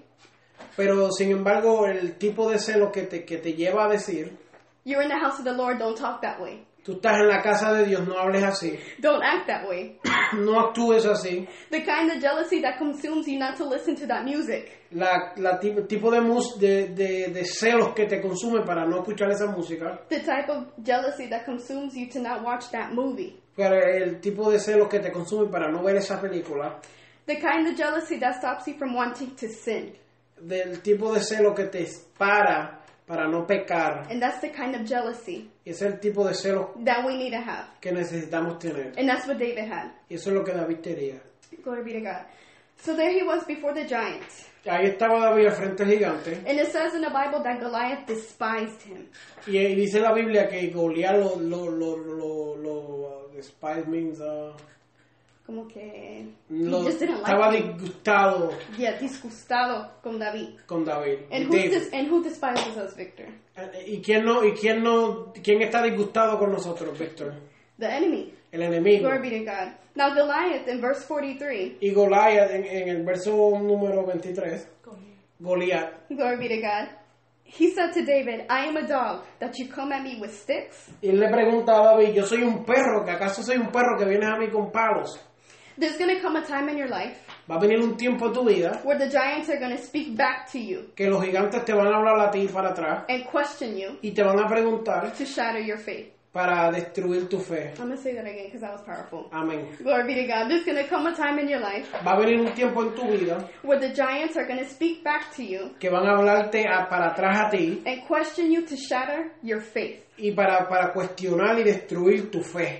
[SPEAKER 1] Pero sin embargo, el tipo de celo que te, que te lleva a decir,
[SPEAKER 2] You're in the house of the Lord, don't talk that way.
[SPEAKER 1] tú estás en la casa de Dios, no hables así, *clears throat*
[SPEAKER 2] Don't act that way.
[SPEAKER 1] no actúes así.
[SPEAKER 2] The kind of jealousy that consumes you not to listen to that music.
[SPEAKER 1] La, la ti- tipo de, mus- de, de, de celos que te consume para no escuchar esa música.
[SPEAKER 2] The type of jealousy that consumes you to not watch that movie.
[SPEAKER 1] Pero el tipo de celos que te consume para no ver esa película.
[SPEAKER 2] The kind of jealousy that stops you from wanting to sin.
[SPEAKER 1] Del tipo de celo que te para para no pecar.
[SPEAKER 2] And that's the kind of jealousy
[SPEAKER 1] Es el tipo de celos
[SPEAKER 2] that we need to have.
[SPEAKER 1] que necesitamos tener.
[SPEAKER 2] And that's what David had.
[SPEAKER 1] Y eso es lo que David tenía.
[SPEAKER 2] Glory be to God. So there he was before the giant.
[SPEAKER 1] Ahí estaba David al frente del gigante.
[SPEAKER 2] And it says in the Bible that Goliath despised him.
[SPEAKER 1] Y, y dice la Biblia que Goliat lo, lo, lo, lo, lo- despise means, uh,
[SPEAKER 2] Como que.
[SPEAKER 1] lo-
[SPEAKER 2] he just didn't
[SPEAKER 1] estaba
[SPEAKER 2] like him.
[SPEAKER 1] disgustado
[SPEAKER 2] Yeah, disgustado con David.
[SPEAKER 1] con David.
[SPEAKER 2] And who,
[SPEAKER 1] David.
[SPEAKER 2] dis- and who despises us, Victor?
[SPEAKER 1] Eh, ¿Y quién no, y quién no, quién está disgustado con nosotros, Víctor?
[SPEAKER 2] The enemy.
[SPEAKER 1] El enemigo.
[SPEAKER 2] Glory be to God. Now, Goliath in verse 43,
[SPEAKER 1] Y Goliat en, en el verso número 23, Goliat,
[SPEAKER 2] glory be to God, he said to David, I am a dog that you come at me with sticks.
[SPEAKER 1] y él le pregunta a David, yo soy un perro, que acaso soy un perro que vienes a mí con palos.
[SPEAKER 2] There's going to come a time in your life
[SPEAKER 1] Va a venir un tiempo en tu vida
[SPEAKER 2] where the giants are going to speak back to you
[SPEAKER 1] que los gigantes te van a hablar a ti para atrás
[SPEAKER 2] and question you
[SPEAKER 1] y te van a preguntar
[SPEAKER 2] to shatter your faith.
[SPEAKER 1] para destruir tu fe.
[SPEAKER 2] I'm going to say that again because that was powerful.
[SPEAKER 1] Amén.
[SPEAKER 2] Glory be to God. There's going to come a time in your life
[SPEAKER 1] Va a venir un tiempo en tu vida
[SPEAKER 2] where the giants are going to speak back to you
[SPEAKER 1] que van a hablarte a- para atrás a ti
[SPEAKER 2] and question you to shatter your faith.
[SPEAKER 1] y para, para cuestionar y destruir tu fe.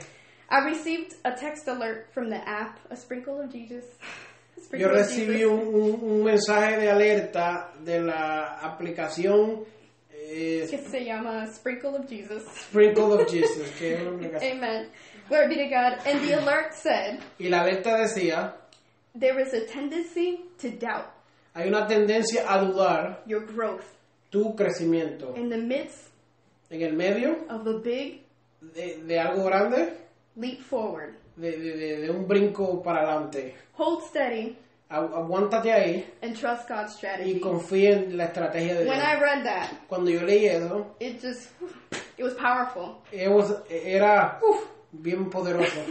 [SPEAKER 2] I received a text alert from the app, a sprinkle of Jesus. A
[SPEAKER 1] Yo
[SPEAKER 2] sprinkle of
[SPEAKER 1] recibí
[SPEAKER 2] Jesus.
[SPEAKER 1] un, un- un mensaje de alerta de la aplicación eh,
[SPEAKER 2] que se llama Sprinkle of Jesus.
[SPEAKER 1] Sprinkle of Jesus, que es una
[SPEAKER 2] *laughs*
[SPEAKER 1] aplicación.
[SPEAKER 2] Amen. Glory be to God. And the alert said,
[SPEAKER 1] Y la alerta decía,
[SPEAKER 2] there is a tendency to doubt
[SPEAKER 1] hay una tendencia a dudar
[SPEAKER 2] your growth
[SPEAKER 1] tu crecimiento.
[SPEAKER 2] in the midst
[SPEAKER 1] En el medio
[SPEAKER 2] of a big
[SPEAKER 1] de, de algo grande,
[SPEAKER 2] leap forward.
[SPEAKER 1] de, de- de- de un brinco para adelante.
[SPEAKER 2] Hold steady
[SPEAKER 1] Agu- Aguántate ahí
[SPEAKER 2] and trust God's
[SPEAKER 1] y
[SPEAKER 2] strategy.
[SPEAKER 1] confía en la estrategia de Dios.
[SPEAKER 2] When I read that,
[SPEAKER 1] Cuando yo leí eso,
[SPEAKER 2] it just, it was powerful.
[SPEAKER 1] it was- era uf, bien poderoso.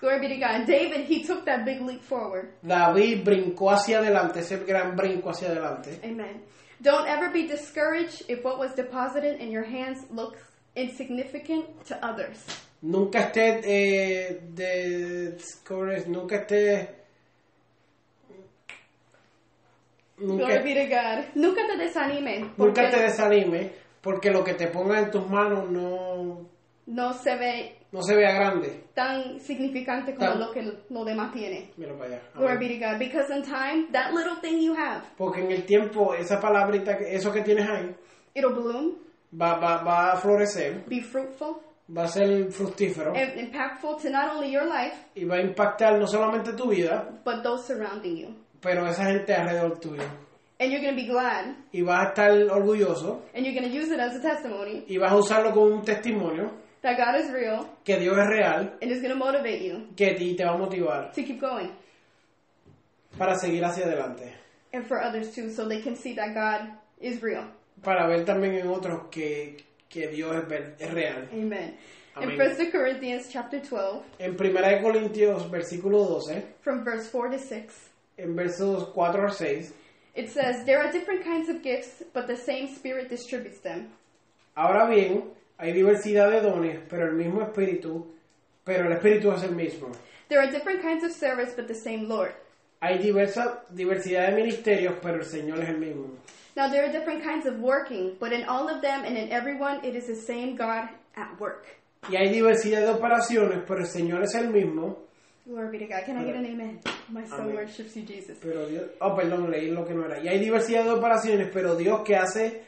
[SPEAKER 2] Glory be to God. And David, he took that big leap forward.
[SPEAKER 1] David brincó hacia adelante, ese gran brinco hacia adelante.
[SPEAKER 2] Amen. Don't ever be discouraged if what was deposited in your hands looks insignificant to others.
[SPEAKER 1] Nunca esté eh, de, corres- nunca esté nunca,
[SPEAKER 2] Glory be to God. Nunca te desanimen.
[SPEAKER 1] nunca
[SPEAKER 2] porque
[SPEAKER 1] te desanime porque lo que te ponga en tus manos no,
[SPEAKER 2] No se ve
[SPEAKER 1] no se vea grande.
[SPEAKER 2] tan significante como
[SPEAKER 1] Tan-
[SPEAKER 2] lo que lo demás tiene.
[SPEAKER 1] Mira para allá.
[SPEAKER 2] Glory
[SPEAKER 1] Amén.
[SPEAKER 2] be to God. Because in time, that little thing you have,
[SPEAKER 1] Porque en el tiempo, esa palabrita, que- eso que tienes ahí,
[SPEAKER 2] it'll bloom,
[SPEAKER 1] va, va, va a florecer,
[SPEAKER 2] be fruitful,
[SPEAKER 1] va a ser fructífero
[SPEAKER 2] and impactful to not only your life,
[SPEAKER 1] y va a impactar no solamente tu vida,
[SPEAKER 2] but those surrounding you.
[SPEAKER 1] pero esa gente alrededor tuyo.
[SPEAKER 2] And you're going to be glad,
[SPEAKER 1] Y vas a estar orgulloso
[SPEAKER 2] and you're going to use it as a testimony
[SPEAKER 1] y vas a usarlo como un testimonio
[SPEAKER 2] that God is real
[SPEAKER 1] que Dios es real
[SPEAKER 2] and is going to motivate you
[SPEAKER 1] que a ti te va a motivar
[SPEAKER 2] to keep going.
[SPEAKER 1] para seguir hacia adelante.
[SPEAKER 2] And for others too, so they can see that God is real.
[SPEAKER 1] Para ver también en otros que, que Dios es, ver- es real.
[SPEAKER 2] Amen. In
[SPEAKER 1] Amén.
[SPEAKER 2] 1 Corinthians chapter 12,
[SPEAKER 1] En 1 Corintios, versículo 12,
[SPEAKER 2] from verse 4 to 6,
[SPEAKER 1] en versos 4 al 6,
[SPEAKER 2] it says, There are different kinds of gifts, but the same Spirit distributes them.
[SPEAKER 1] Ahora bien, hay diversidad de dones, pero el mismo espíritu, pero el espíritu es el mismo.
[SPEAKER 2] There are different kinds of service, but the same Lord.
[SPEAKER 1] Hay diversa diversidad de ministerios, pero el Señor es el mismo.
[SPEAKER 2] Now, there are different kinds of working, but in all of them and in everyone, it is the same God at work.
[SPEAKER 1] Y hay diversidad de operaciones, pero el Señor es el mismo.
[SPEAKER 2] Glory be to God. Can I get an amen? My soul
[SPEAKER 1] Amen.
[SPEAKER 2] worships you, Jesus.
[SPEAKER 1] Pero Dios, oh, perdón, leí lo que no era. Y hay diversidad de operaciones, pero Dios que hace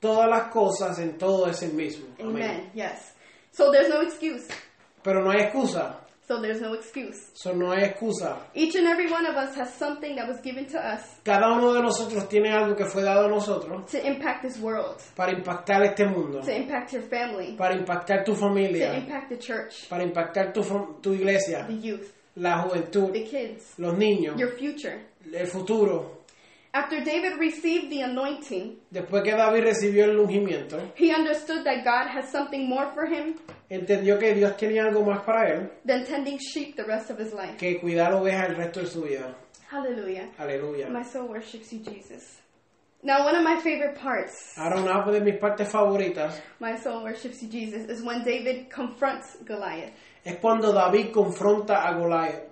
[SPEAKER 1] todas las cosas en todo es el mismo.
[SPEAKER 2] Amen.
[SPEAKER 1] Amén.
[SPEAKER 2] Yes. So there's no excuse.
[SPEAKER 1] Pero no hay excusa.
[SPEAKER 2] So there's no excuse.
[SPEAKER 1] Eso no hay excusa.
[SPEAKER 2] Each and every one of us has something that was given to us
[SPEAKER 1] Cada uno de nosotros tiene algo que fue dado a nosotros
[SPEAKER 2] to impact this world,
[SPEAKER 1] para impactar este mundo,
[SPEAKER 2] to impact your family,
[SPEAKER 1] para impactar tu
[SPEAKER 2] to
[SPEAKER 1] familia,
[SPEAKER 2] impact the church,
[SPEAKER 1] para impactar tu, fam- tu iglesia,
[SPEAKER 2] the youth,
[SPEAKER 1] la juventud,
[SPEAKER 2] the kids,
[SPEAKER 1] los niños,
[SPEAKER 2] your future.
[SPEAKER 1] el futuro.
[SPEAKER 2] After David received the anointing,
[SPEAKER 1] Después que David recibió el ungimiento,
[SPEAKER 2] he understood that God has something more for him
[SPEAKER 1] entendió que Dios tenía algo más para él
[SPEAKER 2] than tending sheep the rest of his life.
[SPEAKER 1] que cuidar ovejas el resto de su vida.
[SPEAKER 2] Hallelujah.
[SPEAKER 1] Aleluya.
[SPEAKER 2] My soul worships you, Jesus. Now, one of my favorite parts,
[SPEAKER 1] Ahora una de mis partes favoritas
[SPEAKER 2] my soul worships you, Jesus, is when David confronts Goliath.
[SPEAKER 1] es cuando David confronta a Goliat.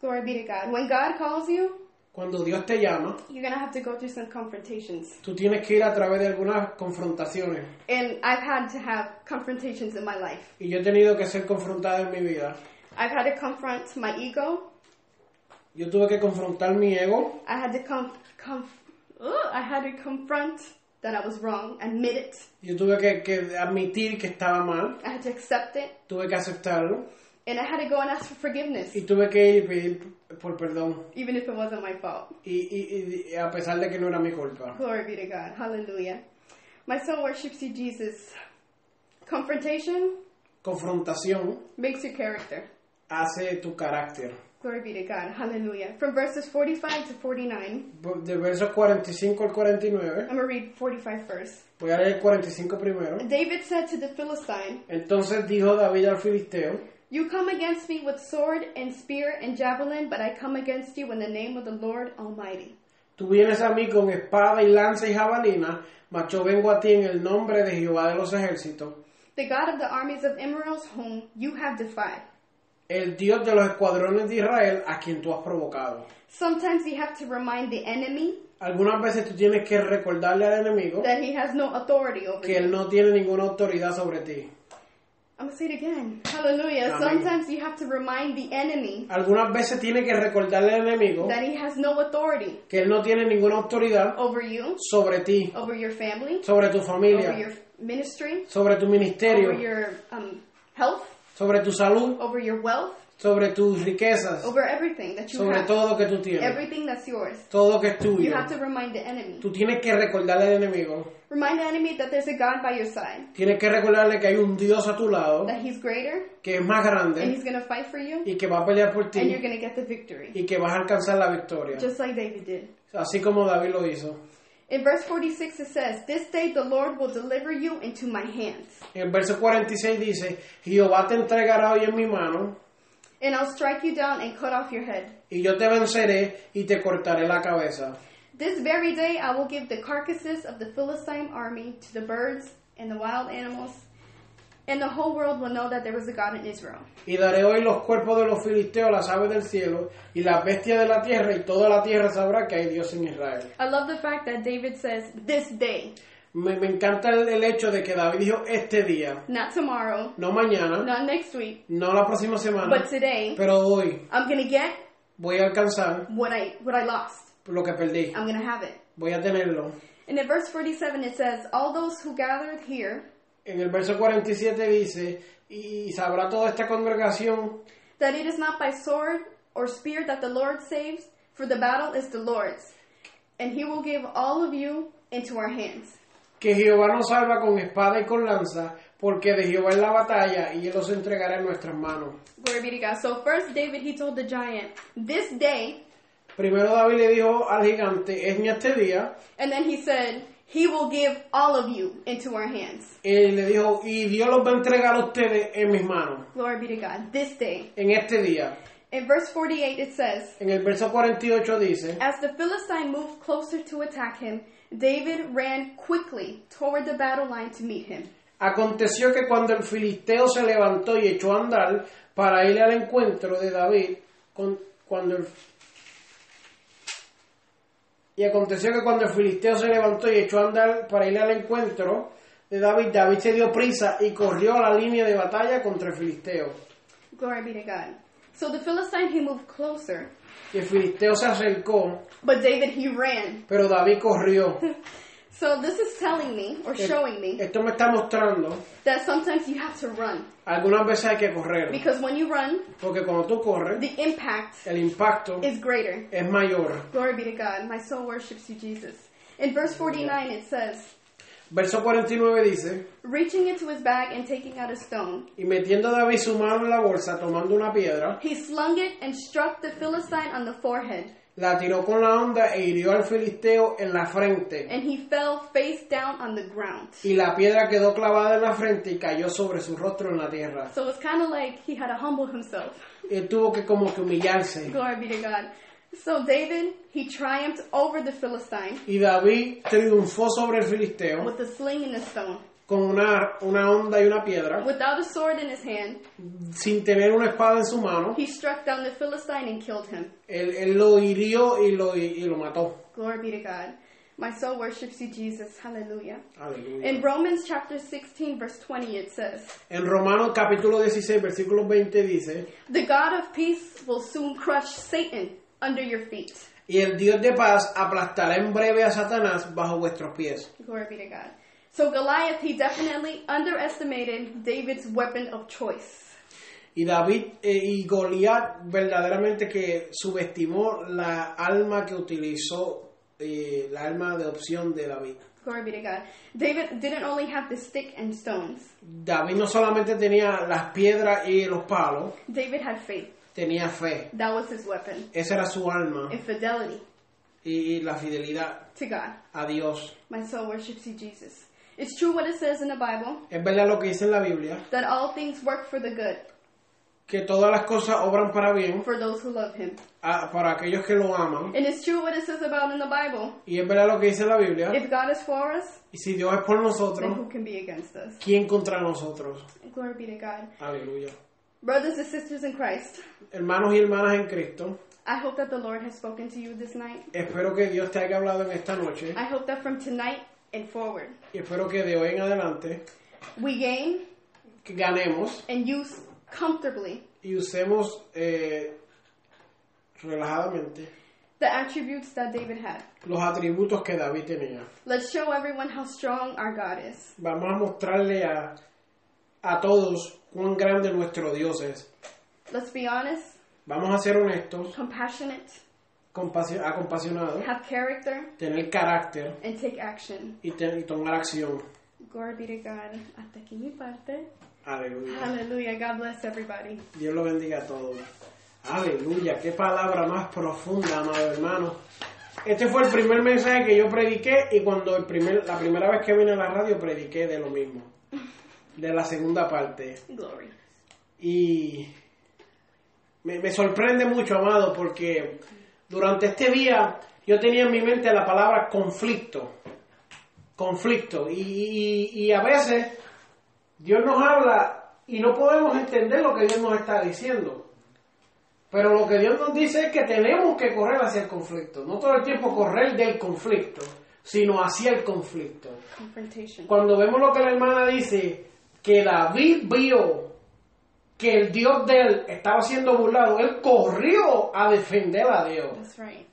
[SPEAKER 2] Glory be to God. When God calls you,
[SPEAKER 1] Cuando Dios te llama,
[SPEAKER 2] you're going to have to go through some confrontations.
[SPEAKER 1] tú tienes que ir a través de algunas confrontaciones.
[SPEAKER 2] And I've had to have confrontations in my life.
[SPEAKER 1] Y yo he tenido que ser confrontado en mi vida.
[SPEAKER 2] I've had to confront my ego.
[SPEAKER 1] Yo tuve que confrontar mi ego.
[SPEAKER 2] I had to conf- conf- ugh, I had to confront that I was wrong, admit it.
[SPEAKER 1] Yo tuve que, que admitir que estaba mal.
[SPEAKER 2] I had to accept it.
[SPEAKER 1] Tuve que aceptarlo.
[SPEAKER 2] And I had to go and ask for forgiveness,
[SPEAKER 1] Y tuve que ir y pedir por perdón.
[SPEAKER 2] even if it wasn't my fault.
[SPEAKER 1] Y, y- y a pesar de que no era mi culpa.
[SPEAKER 2] Glory be to God. Hallelujah. My soul worships you, Jesus. Confrontation
[SPEAKER 1] Confrontación
[SPEAKER 2] makes your character.
[SPEAKER 1] hace tu carácter.
[SPEAKER 2] Glory be to God. Hallelujah. From verses 45 to 49,
[SPEAKER 1] De versos 45 al 49.
[SPEAKER 2] I'm going to read 45 first.
[SPEAKER 1] Voy a leer el 45 primero.
[SPEAKER 2] David said to the Philistine,
[SPEAKER 1] Entonces dijo David al filisteo,
[SPEAKER 2] You come against me with sword and spear and javelin, but I come against you in the name of the Lord Almighty.
[SPEAKER 1] tú vienes a mí con espada y lanza y jabalina, mas yo vengo a ti en el nombre de Jehová de los ejércitos,
[SPEAKER 2] The God of the armies of Israel, whom you have defied.
[SPEAKER 1] el Dios de los escuadrones de Israel a quien tú has provocado.
[SPEAKER 2] Sometimes you have to remind the enemy
[SPEAKER 1] Algunas veces tú tienes que recordarle al enemigo
[SPEAKER 2] that he has no authority over
[SPEAKER 1] que
[SPEAKER 2] you.
[SPEAKER 1] él no tiene ninguna autoridad sobre ti.
[SPEAKER 2] I'm gonna say it again. Hallelujah.
[SPEAKER 1] Amén.
[SPEAKER 2] Sometimes you have to remind the enemy
[SPEAKER 1] Algunas veces tiene que recordarle al enemigo
[SPEAKER 2] that he has no authority
[SPEAKER 1] que él no tiene ninguna autoridad
[SPEAKER 2] over you,
[SPEAKER 1] sobre ti,
[SPEAKER 2] over your family,
[SPEAKER 1] sobre tu
[SPEAKER 2] over your
[SPEAKER 1] familia,
[SPEAKER 2] ministry,
[SPEAKER 1] sobre tu
[SPEAKER 2] over
[SPEAKER 1] ministerio,
[SPEAKER 2] your um, health,
[SPEAKER 1] sobre tu salud,
[SPEAKER 2] over your wealth,
[SPEAKER 1] sobre tus riquezas,
[SPEAKER 2] over everything that you
[SPEAKER 1] sobre
[SPEAKER 2] have.
[SPEAKER 1] todo lo que tú tienes.
[SPEAKER 2] Everything that's yours.
[SPEAKER 1] todo lo que es
[SPEAKER 2] You
[SPEAKER 1] tuyo.
[SPEAKER 2] have to remind the enemy.
[SPEAKER 1] Tú tienes que recordarle al enemigo,
[SPEAKER 2] Remind the enemy that there's a God by your side,
[SPEAKER 1] tienes que recordarle que hay un Dios a tu lado,
[SPEAKER 2] that he's greater,
[SPEAKER 1] que es más
[SPEAKER 2] and
[SPEAKER 1] grande
[SPEAKER 2] he's gonna fight for you,
[SPEAKER 1] y que va a pelear por
[SPEAKER 2] and you're
[SPEAKER 1] ti
[SPEAKER 2] gonna get the victory.
[SPEAKER 1] y que vas a alcanzar la victoria,
[SPEAKER 2] Just like David did.
[SPEAKER 1] así como David lo hizo.
[SPEAKER 2] In verse 46, it says, This day the Lord will deliver you into my hands,
[SPEAKER 1] El verso 46 dice, Jehová te entregará hoy en mi mano
[SPEAKER 2] and I'll strike you down and cut off your head.
[SPEAKER 1] y yo te venceré y te cortaré la cabeza.
[SPEAKER 2] This very day I will give the carcasses of the Philistine army to the birds and the wild animals, and the whole world will know that there was a God in Israel.
[SPEAKER 1] Y daré hoy los cuerpos de los filisteos, las aves del cielo y las bestias de la tierra y toda la tierra sabrá que hay Dios en Israel.
[SPEAKER 2] I love the fact that David says, This day.
[SPEAKER 1] Me, me encanta el, el hecho de que David dijo este día,
[SPEAKER 2] Not tomorrow,
[SPEAKER 1] no mañana,
[SPEAKER 2] not next week,
[SPEAKER 1] no la próxima semana,
[SPEAKER 2] but today.
[SPEAKER 1] pero hoy
[SPEAKER 2] I'm gonna get
[SPEAKER 1] voy a alcanzar
[SPEAKER 2] what I what I lost.
[SPEAKER 1] lo que perdí,
[SPEAKER 2] I'm gonna have it.
[SPEAKER 1] voy a tenerlo.
[SPEAKER 2] And in verse 47 it says, All those who gathered here,
[SPEAKER 1] En el verso 47 dice, y sabrá toda esta congregación
[SPEAKER 2] that it is not by sword or spear that the Lord saves, for the battle is the Lord's, and he will give all of you into our hands.
[SPEAKER 1] que Jehová nos salva con espada y con lanza, porque de Jehová es la batalla y Él los entregará en nuestras manos.
[SPEAKER 2] Glory be to God. So first David he told the giant, This day,
[SPEAKER 1] Primero David le dijo al gigante, es en este día,
[SPEAKER 2] and then he said, He will give all of you into our hands.
[SPEAKER 1] y le dijo, y Dios los va a entregar a ustedes en mis manos,
[SPEAKER 2] Glory be to God. This day.
[SPEAKER 1] en este día.
[SPEAKER 2] In verse 48 it says,
[SPEAKER 1] En el verso 48 dice,
[SPEAKER 2] As the Philistine moved closer to attack him, David ran quickly toward the battle line to meet him.
[SPEAKER 1] aconteció que cuando el filisteo se levantó y echó a andar para ir al encuentro de David, con- cuando el- y aconteció que cuando el filisteo se levantó y echó a andar para ir al encuentro de David, David se dio prisa y corrió a la línea de batalla contra el filisteo.
[SPEAKER 2] Glory be to God. So the Philistine he moved closer,
[SPEAKER 1] Y el filisteo se acercó,
[SPEAKER 2] but David he ran.
[SPEAKER 1] pero David corrió.
[SPEAKER 2] So this is telling me or showing me
[SPEAKER 1] Esto me está mostrando,
[SPEAKER 2] that sometimes you have to run
[SPEAKER 1] algunas veces hay que correr,
[SPEAKER 2] because when you run,
[SPEAKER 1] porque cuando tú corres,
[SPEAKER 2] the impact
[SPEAKER 1] el impacto
[SPEAKER 2] is greater.
[SPEAKER 1] es mayor.
[SPEAKER 2] Glory be to God. My soul worships you, Jesus. In verse 49 it says,
[SPEAKER 1] Verso 49 dice,
[SPEAKER 2] reaching into his bag and taking out a stone,
[SPEAKER 1] y metiendo David su mano en la bolsa, tomando una piedra,
[SPEAKER 2] he slung it and struck the Philistine on the forehead.
[SPEAKER 1] la tiró con la onda e hirió al filisteo en la frente.
[SPEAKER 2] and he fell face down on the ground.
[SPEAKER 1] Y la piedra quedó clavada en la frente y cayó sobre su rostro en la tierra.
[SPEAKER 2] So it's kind of like he had to humble himself.
[SPEAKER 1] Él tuvo que como que humillarse.
[SPEAKER 2] Glory be to God. So David, he triumphed over the Philistine
[SPEAKER 1] Y David triunfó sobre el filisteo
[SPEAKER 2] with a sling and a stone,
[SPEAKER 1] con una, una onda y una piedra,
[SPEAKER 2] without a sword in his hand.
[SPEAKER 1] sin tener una espada en su mano.
[SPEAKER 2] He struck down the Philistine and killed him.
[SPEAKER 1] Él, él lo hirió y lo, y lo mató.
[SPEAKER 2] Glory be to God. My soul worships you, Jesus. Hallelujah.
[SPEAKER 1] Aleluya.
[SPEAKER 2] In Romans chapter 16, verse 20, it says,
[SPEAKER 1] En Romanos capítulo 16, versículo 20 dice,
[SPEAKER 2] The God of peace will soon crush Satan under your feet.
[SPEAKER 1] Y el Dios de paz aplastará en breve a Satanás bajo vuestros pies.
[SPEAKER 2] Glory be to God. So Goliath, he definitely underestimated David's weapon of choice.
[SPEAKER 1] Y David eh, y Goliat verdaderamente que subestimó la alma que utilizó, eh, la alma de opción de David.
[SPEAKER 2] Glory be to God. David didn't only have the stick and stones.
[SPEAKER 1] David no solamente tenía las piedras y los palos,
[SPEAKER 2] David had faith.
[SPEAKER 1] tenía fe.
[SPEAKER 2] That was his weapon.
[SPEAKER 1] Esa era su alma
[SPEAKER 2] And fidelity
[SPEAKER 1] y, y la fidelidad
[SPEAKER 2] to God.
[SPEAKER 1] a Dios.
[SPEAKER 2] My soul worships you, Jesus. It's true what it says in the Bible
[SPEAKER 1] Es verdad lo que dice en la Biblia,
[SPEAKER 2] that all things work for the good
[SPEAKER 1] que todas las cosas obran para bien
[SPEAKER 2] for those who love him.
[SPEAKER 1] a- para aquellos que lo aman.
[SPEAKER 2] And it's true what it says about in the Bible.
[SPEAKER 1] Y es verdad lo que dice la Biblia,
[SPEAKER 2] If God is for us,
[SPEAKER 1] y si Dios es por
[SPEAKER 2] then
[SPEAKER 1] nosotros,
[SPEAKER 2] who can be against us?
[SPEAKER 1] ¿Quién contra nosotros?
[SPEAKER 2] Glory be to God.
[SPEAKER 1] Aleluya.
[SPEAKER 2] Brothers and sisters in Christ,
[SPEAKER 1] Hermanos y hermanas en Cristo,
[SPEAKER 2] I hope that the Lord has spoken to you this night.
[SPEAKER 1] espero que Dios te haya hablado en esta noche
[SPEAKER 2] I hope that from tonight and forward,
[SPEAKER 1] y espero que de hoy en adelante
[SPEAKER 2] we gain
[SPEAKER 1] que ganemos
[SPEAKER 2] and use comfortably
[SPEAKER 1] y usemos eh, relajadamente
[SPEAKER 2] the attributes that David had.
[SPEAKER 1] los atributos que David tenía.
[SPEAKER 2] Let's show everyone how strong our God is.
[SPEAKER 1] Vamos a mostrarle a, a todos cuán grande nuestro Dios es.
[SPEAKER 2] Let's be honest,
[SPEAKER 1] Vamos a ser honestos,
[SPEAKER 2] compassionate,
[SPEAKER 1] compasi- acompasionados,
[SPEAKER 2] have character,
[SPEAKER 1] tener carácter
[SPEAKER 2] and take action.
[SPEAKER 1] y, te- y tomar acción.
[SPEAKER 2] Glory be to God. Hasta aquí mi parte.
[SPEAKER 1] Aleluya.
[SPEAKER 2] Hallelujah. God bless everybody.
[SPEAKER 1] Dios lo bendiga a todos. Aleluya, qué palabra más profunda, amado hermano. Este fue el primer mensaje que yo prediqué y cuando el primer, la primera vez que vine a la radio prediqué de lo mismo, de la segunda parte.
[SPEAKER 2] Glory.
[SPEAKER 1] Y me, me sorprende mucho, amado, porque durante este día yo tenía en mi mente la palabra conflicto. Conflicto. Y, y- y a veces Dios nos habla y no podemos entender lo que Dios nos está diciendo. Pero lo que Dios nos dice es que tenemos que correr hacia el conflicto, no todo el tiempo correr del conflicto, sino hacia el conflicto.
[SPEAKER 2] confrontation.
[SPEAKER 1] Cuando vemos lo que la hermana dice, que David vio que el Dios de él estaba siendo burlado, él corrió a defender a Dios.
[SPEAKER 2] That's right.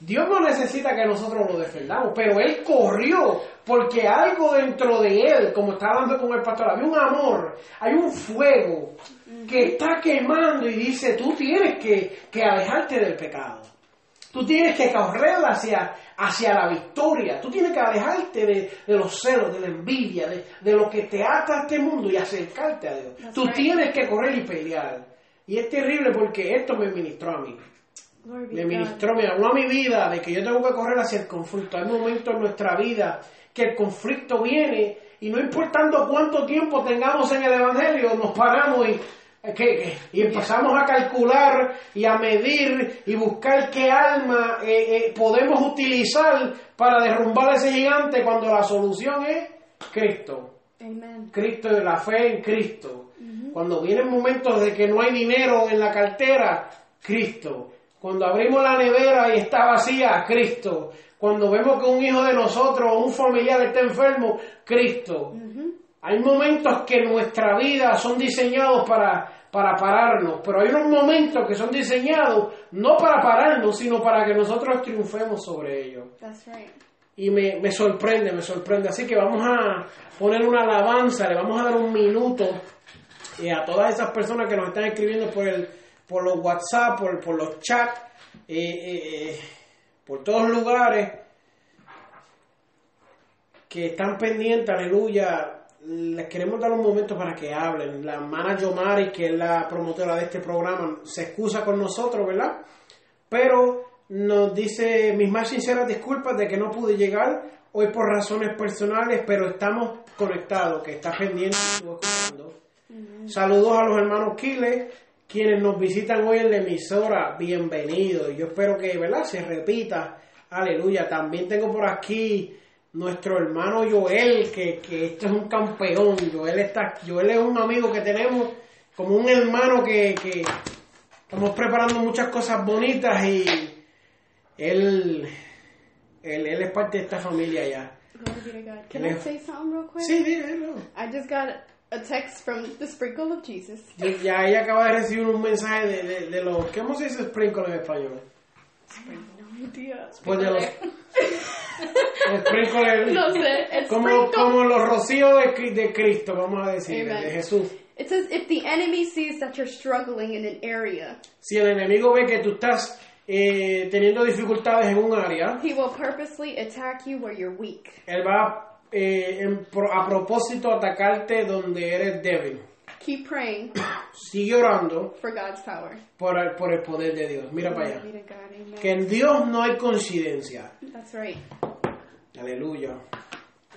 [SPEAKER 1] Dios no necesita que nosotros lo defendamos, pero Él corrió porque algo dentro de Él, como estaba hablando con el pastor, había un amor, hay un fuego que está quemando y dice, tú tienes que, que alejarte del pecado, tú tienes que correr hacia, hacia la victoria, tú tienes que alejarte de, de los celos, de la envidia, de, de lo que te ata a este mundo y acercarte a Dios.
[SPEAKER 2] That's
[SPEAKER 1] tú
[SPEAKER 2] right.
[SPEAKER 1] tienes que correr y pelear. Y es terrible porque esto me ministró a mí
[SPEAKER 2] Glory
[SPEAKER 1] me
[SPEAKER 2] be to God.
[SPEAKER 1] ministró, me habló a mi vida de que yo tengo que correr hacia el conflicto. Hay momentos en nuestra vida que el conflicto viene y no importando cuánto tiempo tengamos en el Evangelio, nos paramos y, eh, que- que- y empezamos a calcular y a medir y buscar qué alma eh, eh, podemos utilizar para derrumbar a ese gigante cuando la solución es Cristo.
[SPEAKER 2] Amen.
[SPEAKER 1] Cristo y la fe en Cristo. Cuando vienen momentos de que no hay dinero en la cartera, Cristo. Cuando abrimos la nevera y está vacía, Cristo. Cuando vemos que un hijo de nosotros o un familiar está enfermo, Cristo. Hay momentos que en nuestra vida son diseñados para, para pararnos, pero hay unos momentos que son diseñados no para pararnos, sino para que nosotros triunfemos sobre ellos
[SPEAKER 2] That's right.
[SPEAKER 1] y me, me sorprende, me sorprende. Así que vamos a poner una alabanza, le vamos a dar un minuto eh, a todas esas personas que nos están escribiendo por el, por los WhatsApp, por, por los chats, eh, eh, eh, por todos lugares que están pendientes, aleluya. Les queremos dar un momento para que hablen. La hermana Yomari, que es la promotora de este programa, se excusa con nosotros, ¿verdad? pero nos dice mis más sinceras disculpas de que no pude llegar hoy por razones personales, pero estamos conectados, que está pendiente, estuvo escuchando. Saludos a los hermanos Quiles, quienes nos visitan hoy en la emisora, bienvenidos. Yo espero que, ¿verdad? Se repita, aleluya. También tengo por aquí nuestro hermano Joel, que, que este es un campeón. Joel, está, Joel es un amigo que tenemos, como un hermano que- que, Estamos preparando muchas cosas bonitas y él, él, él es parte de esta familia ya.
[SPEAKER 2] Glory be to God. Can I
[SPEAKER 1] Leo.
[SPEAKER 2] say something real quick?
[SPEAKER 1] Sí, dígelo.
[SPEAKER 2] I just got a text from the sprinkle of Jesus.
[SPEAKER 1] Y Ya ella acaba de recibir un mensaje de, de, de los... ¿Cómo se dice sprinkle en español?
[SPEAKER 2] I have no idea.
[SPEAKER 1] Pues de los... los sprinkles-
[SPEAKER 2] No sé, el
[SPEAKER 1] como,
[SPEAKER 2] sprinkle.
[SPEAKER 1] como los rocíos de, Cri- de Cristo, vamos a decir, de
[SPEAKER 2] Amen.
[SPEAKER 1] Jesús.
[SPEAKER 2] *laughs* It says if the enemy sees that you're struggling in an area,
[SPEAKER 1] Si el enemigo ve que tú estás eh, teniendo dificultades en un área,
[SPEAKER 2] he will purposely attack you where you're weak.
[SPEAKER 1] él va eh, en pro- a propósito a atacarte donde eres débil.
[SPEAKER 2] Keep praying
[SPEAKER 1] Sigue orando.
[SPEAKER 2] for God's
[SPEAKER 1] *coughs*
[SPEAKER 2] power.
[SPEAKER 1] por el, por el poder de Dios. Mira para
[SPEAKER 2] Glory
[SPEAKER 1] allá.
[SPEAKER 2] be to God. Amen.
[SPEAKER 1] Que en Dios no hay coincidencia.
[SPEAKER 2] That's right.
[SPEAKER 1] Aleluya.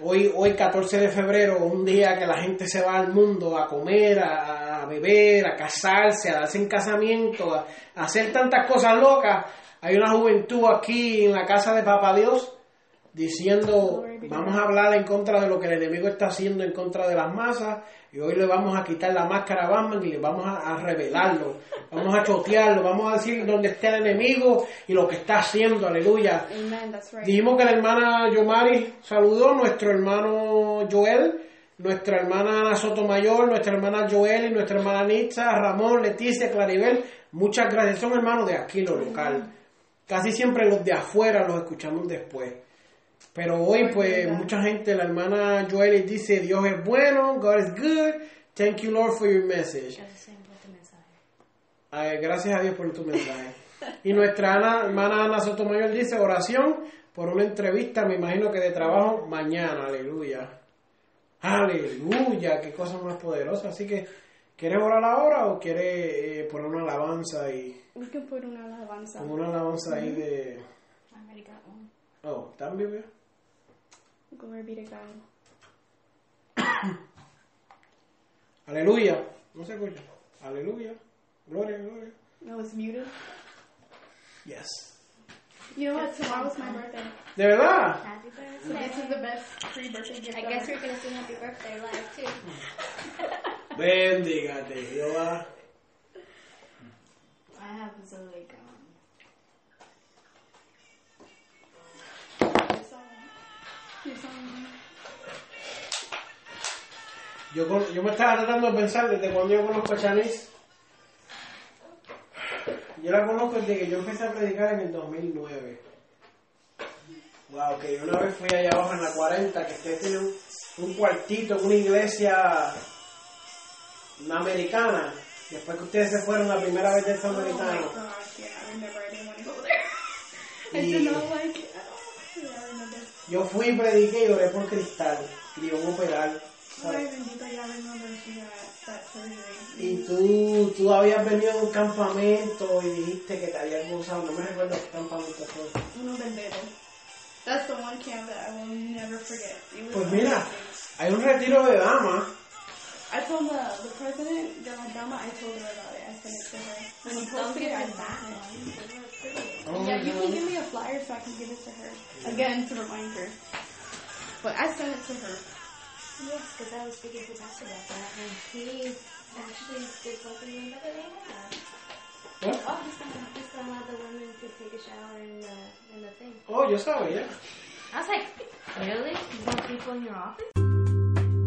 [SPEAKER 1] Hoy, hoy 14 de febrero, un día que la gente se va al mundo a comer, a, a beber, a casarse, a darse en casamiento, a, a hacer tantas cosas locas. Hay una juventud aquí en la casa de Papá Dios diciendo, vamos a hablar en contra de lo que el enemigo está haciendo en contra de las masas y hoy le vamos a quitar la máscara a Batman y le vamos a, a revelarlo, vamos a chotearlo, vamos a decir dónde está el enemigo y lo que está haciendo, aleluya.
[SPEAKER 2] Amen. That's right.
[SPEAKER 1] Dijimos que la hermana Yomari saludó, nuestro hermano Joel, nuestra hermana Ana Sotomayor, nuestra hermana Joel y nuestra hermana Nitza, Ramón, Leticia, Claribel. Muchas gracias, son hermanos de aquí, lo local. Casi siempre los de afuera los escuchamos después. Pero hoy, pues, mucha gente, la hermana Joel dice, Dios es bueno, God is good, thank you Lord for your message. Ay, gracias a Dios por tu mensaje. Y nuestra Ana- hermana Ana Sotomayor dice, oración por una entrevista, me imagino que de trabajo, mañana, aleluya. Aleluya, qué cosa más poderosa. Así que, ¿quieres orar ahora o quieres eh, poner una alabanza y
[SPEAKER 2] We can put una alabanza.
[SPEAKER 1] como una alabanza ahí de...
[SPEAKER 3] I already got one.
[SPEAKER 1] Oh, también veo.
[SPEAKER 2] Glory be to God.
[SPEAKER 1] Aleluya. No se escucha. Aleluya. Gloria, gloria.
[SPEAKER 2] No, it's muted.
[SPEAKER 1] Yes.
[SPEAKER 2] You know what? Tomorrow's my birthday.
[SPEAKER 1] De verdad.
[SPEAKER 3] Happy
[SPEAKER 2] So
[SPEAKER 3] birthday.
[SPEAKER 2] this is the best free birthday gift.
[SPEAKER 3] I
[SPEAKER 2] ever.
[SPEAKER 3] guess we're gonna sing happy birthday live too.
[SPEAKER 1] Bendígate, Jehová.
[SPEAKER 3] I have Zoe gone. um,
[SPEAKER 2] Sorry.
[SPEAKER 1] Yo, con- yo me estaba tratando de pensar desde cuando yo conozco a Chanis. Yo la conozco desde que yo empecé a predicar en el 2009. Wow, que yo una vez fui allá abajo en la 40, que ustedes tienen un, un cuartito, una iglesia una americana. Después que ustedes se fueron la primera vez de esta
[SPEAKER 2] Oh my
[SPEAKER 1] americana.
[SPEAKER 2] gosh, yeah, I remember. I didn't want to go there. *laughs* I
[SPEAKER 1] Y-
[SPEAKER 2] did not like it at all. Yeah, I remember.
[SPEAKER 1] Yo fui, prediqué y oré por cristal. Y un operar.
[SPEAKER 2] Ay,
[SPEAKER 1] ¿sabes?
[SPEAKER 2] bendita, ya remember she got that surgery. Mm,
[SPEAKER 1] Y tú, tú habías venido a un campamento y dijiste que te habías gozado. No me recuerdo qué campamento fue.
[SPEAKER 2] Uno del dedo. That's the one camp that I will never forget. It was
[SPEAKER 1] Pues mira,
[SPEAKER 2] amazing.
[SPEAKER 1] hay un retiro de damas.
[SPEAKER 2] I told uh, the, the president, de la dama, I told her about it. I sent it to her. When you posted it, I sent it. Yeah, you can give me a flyer so I can give it to her. Again, to remind her. But I sent it to her.
[SPEAKER 3] Yes, because I was speaking to Pastor about that, and he actually did something we never did.
[SPEAKER 1] What?
[SPEAKER 3] Oh, he's gonna, he's gonna allow the women to take a shower in the, in the thing.
[SPEAKER 1] Oh, yo sabía.
[SPEAKER 3] I was like, really? You want people in your office?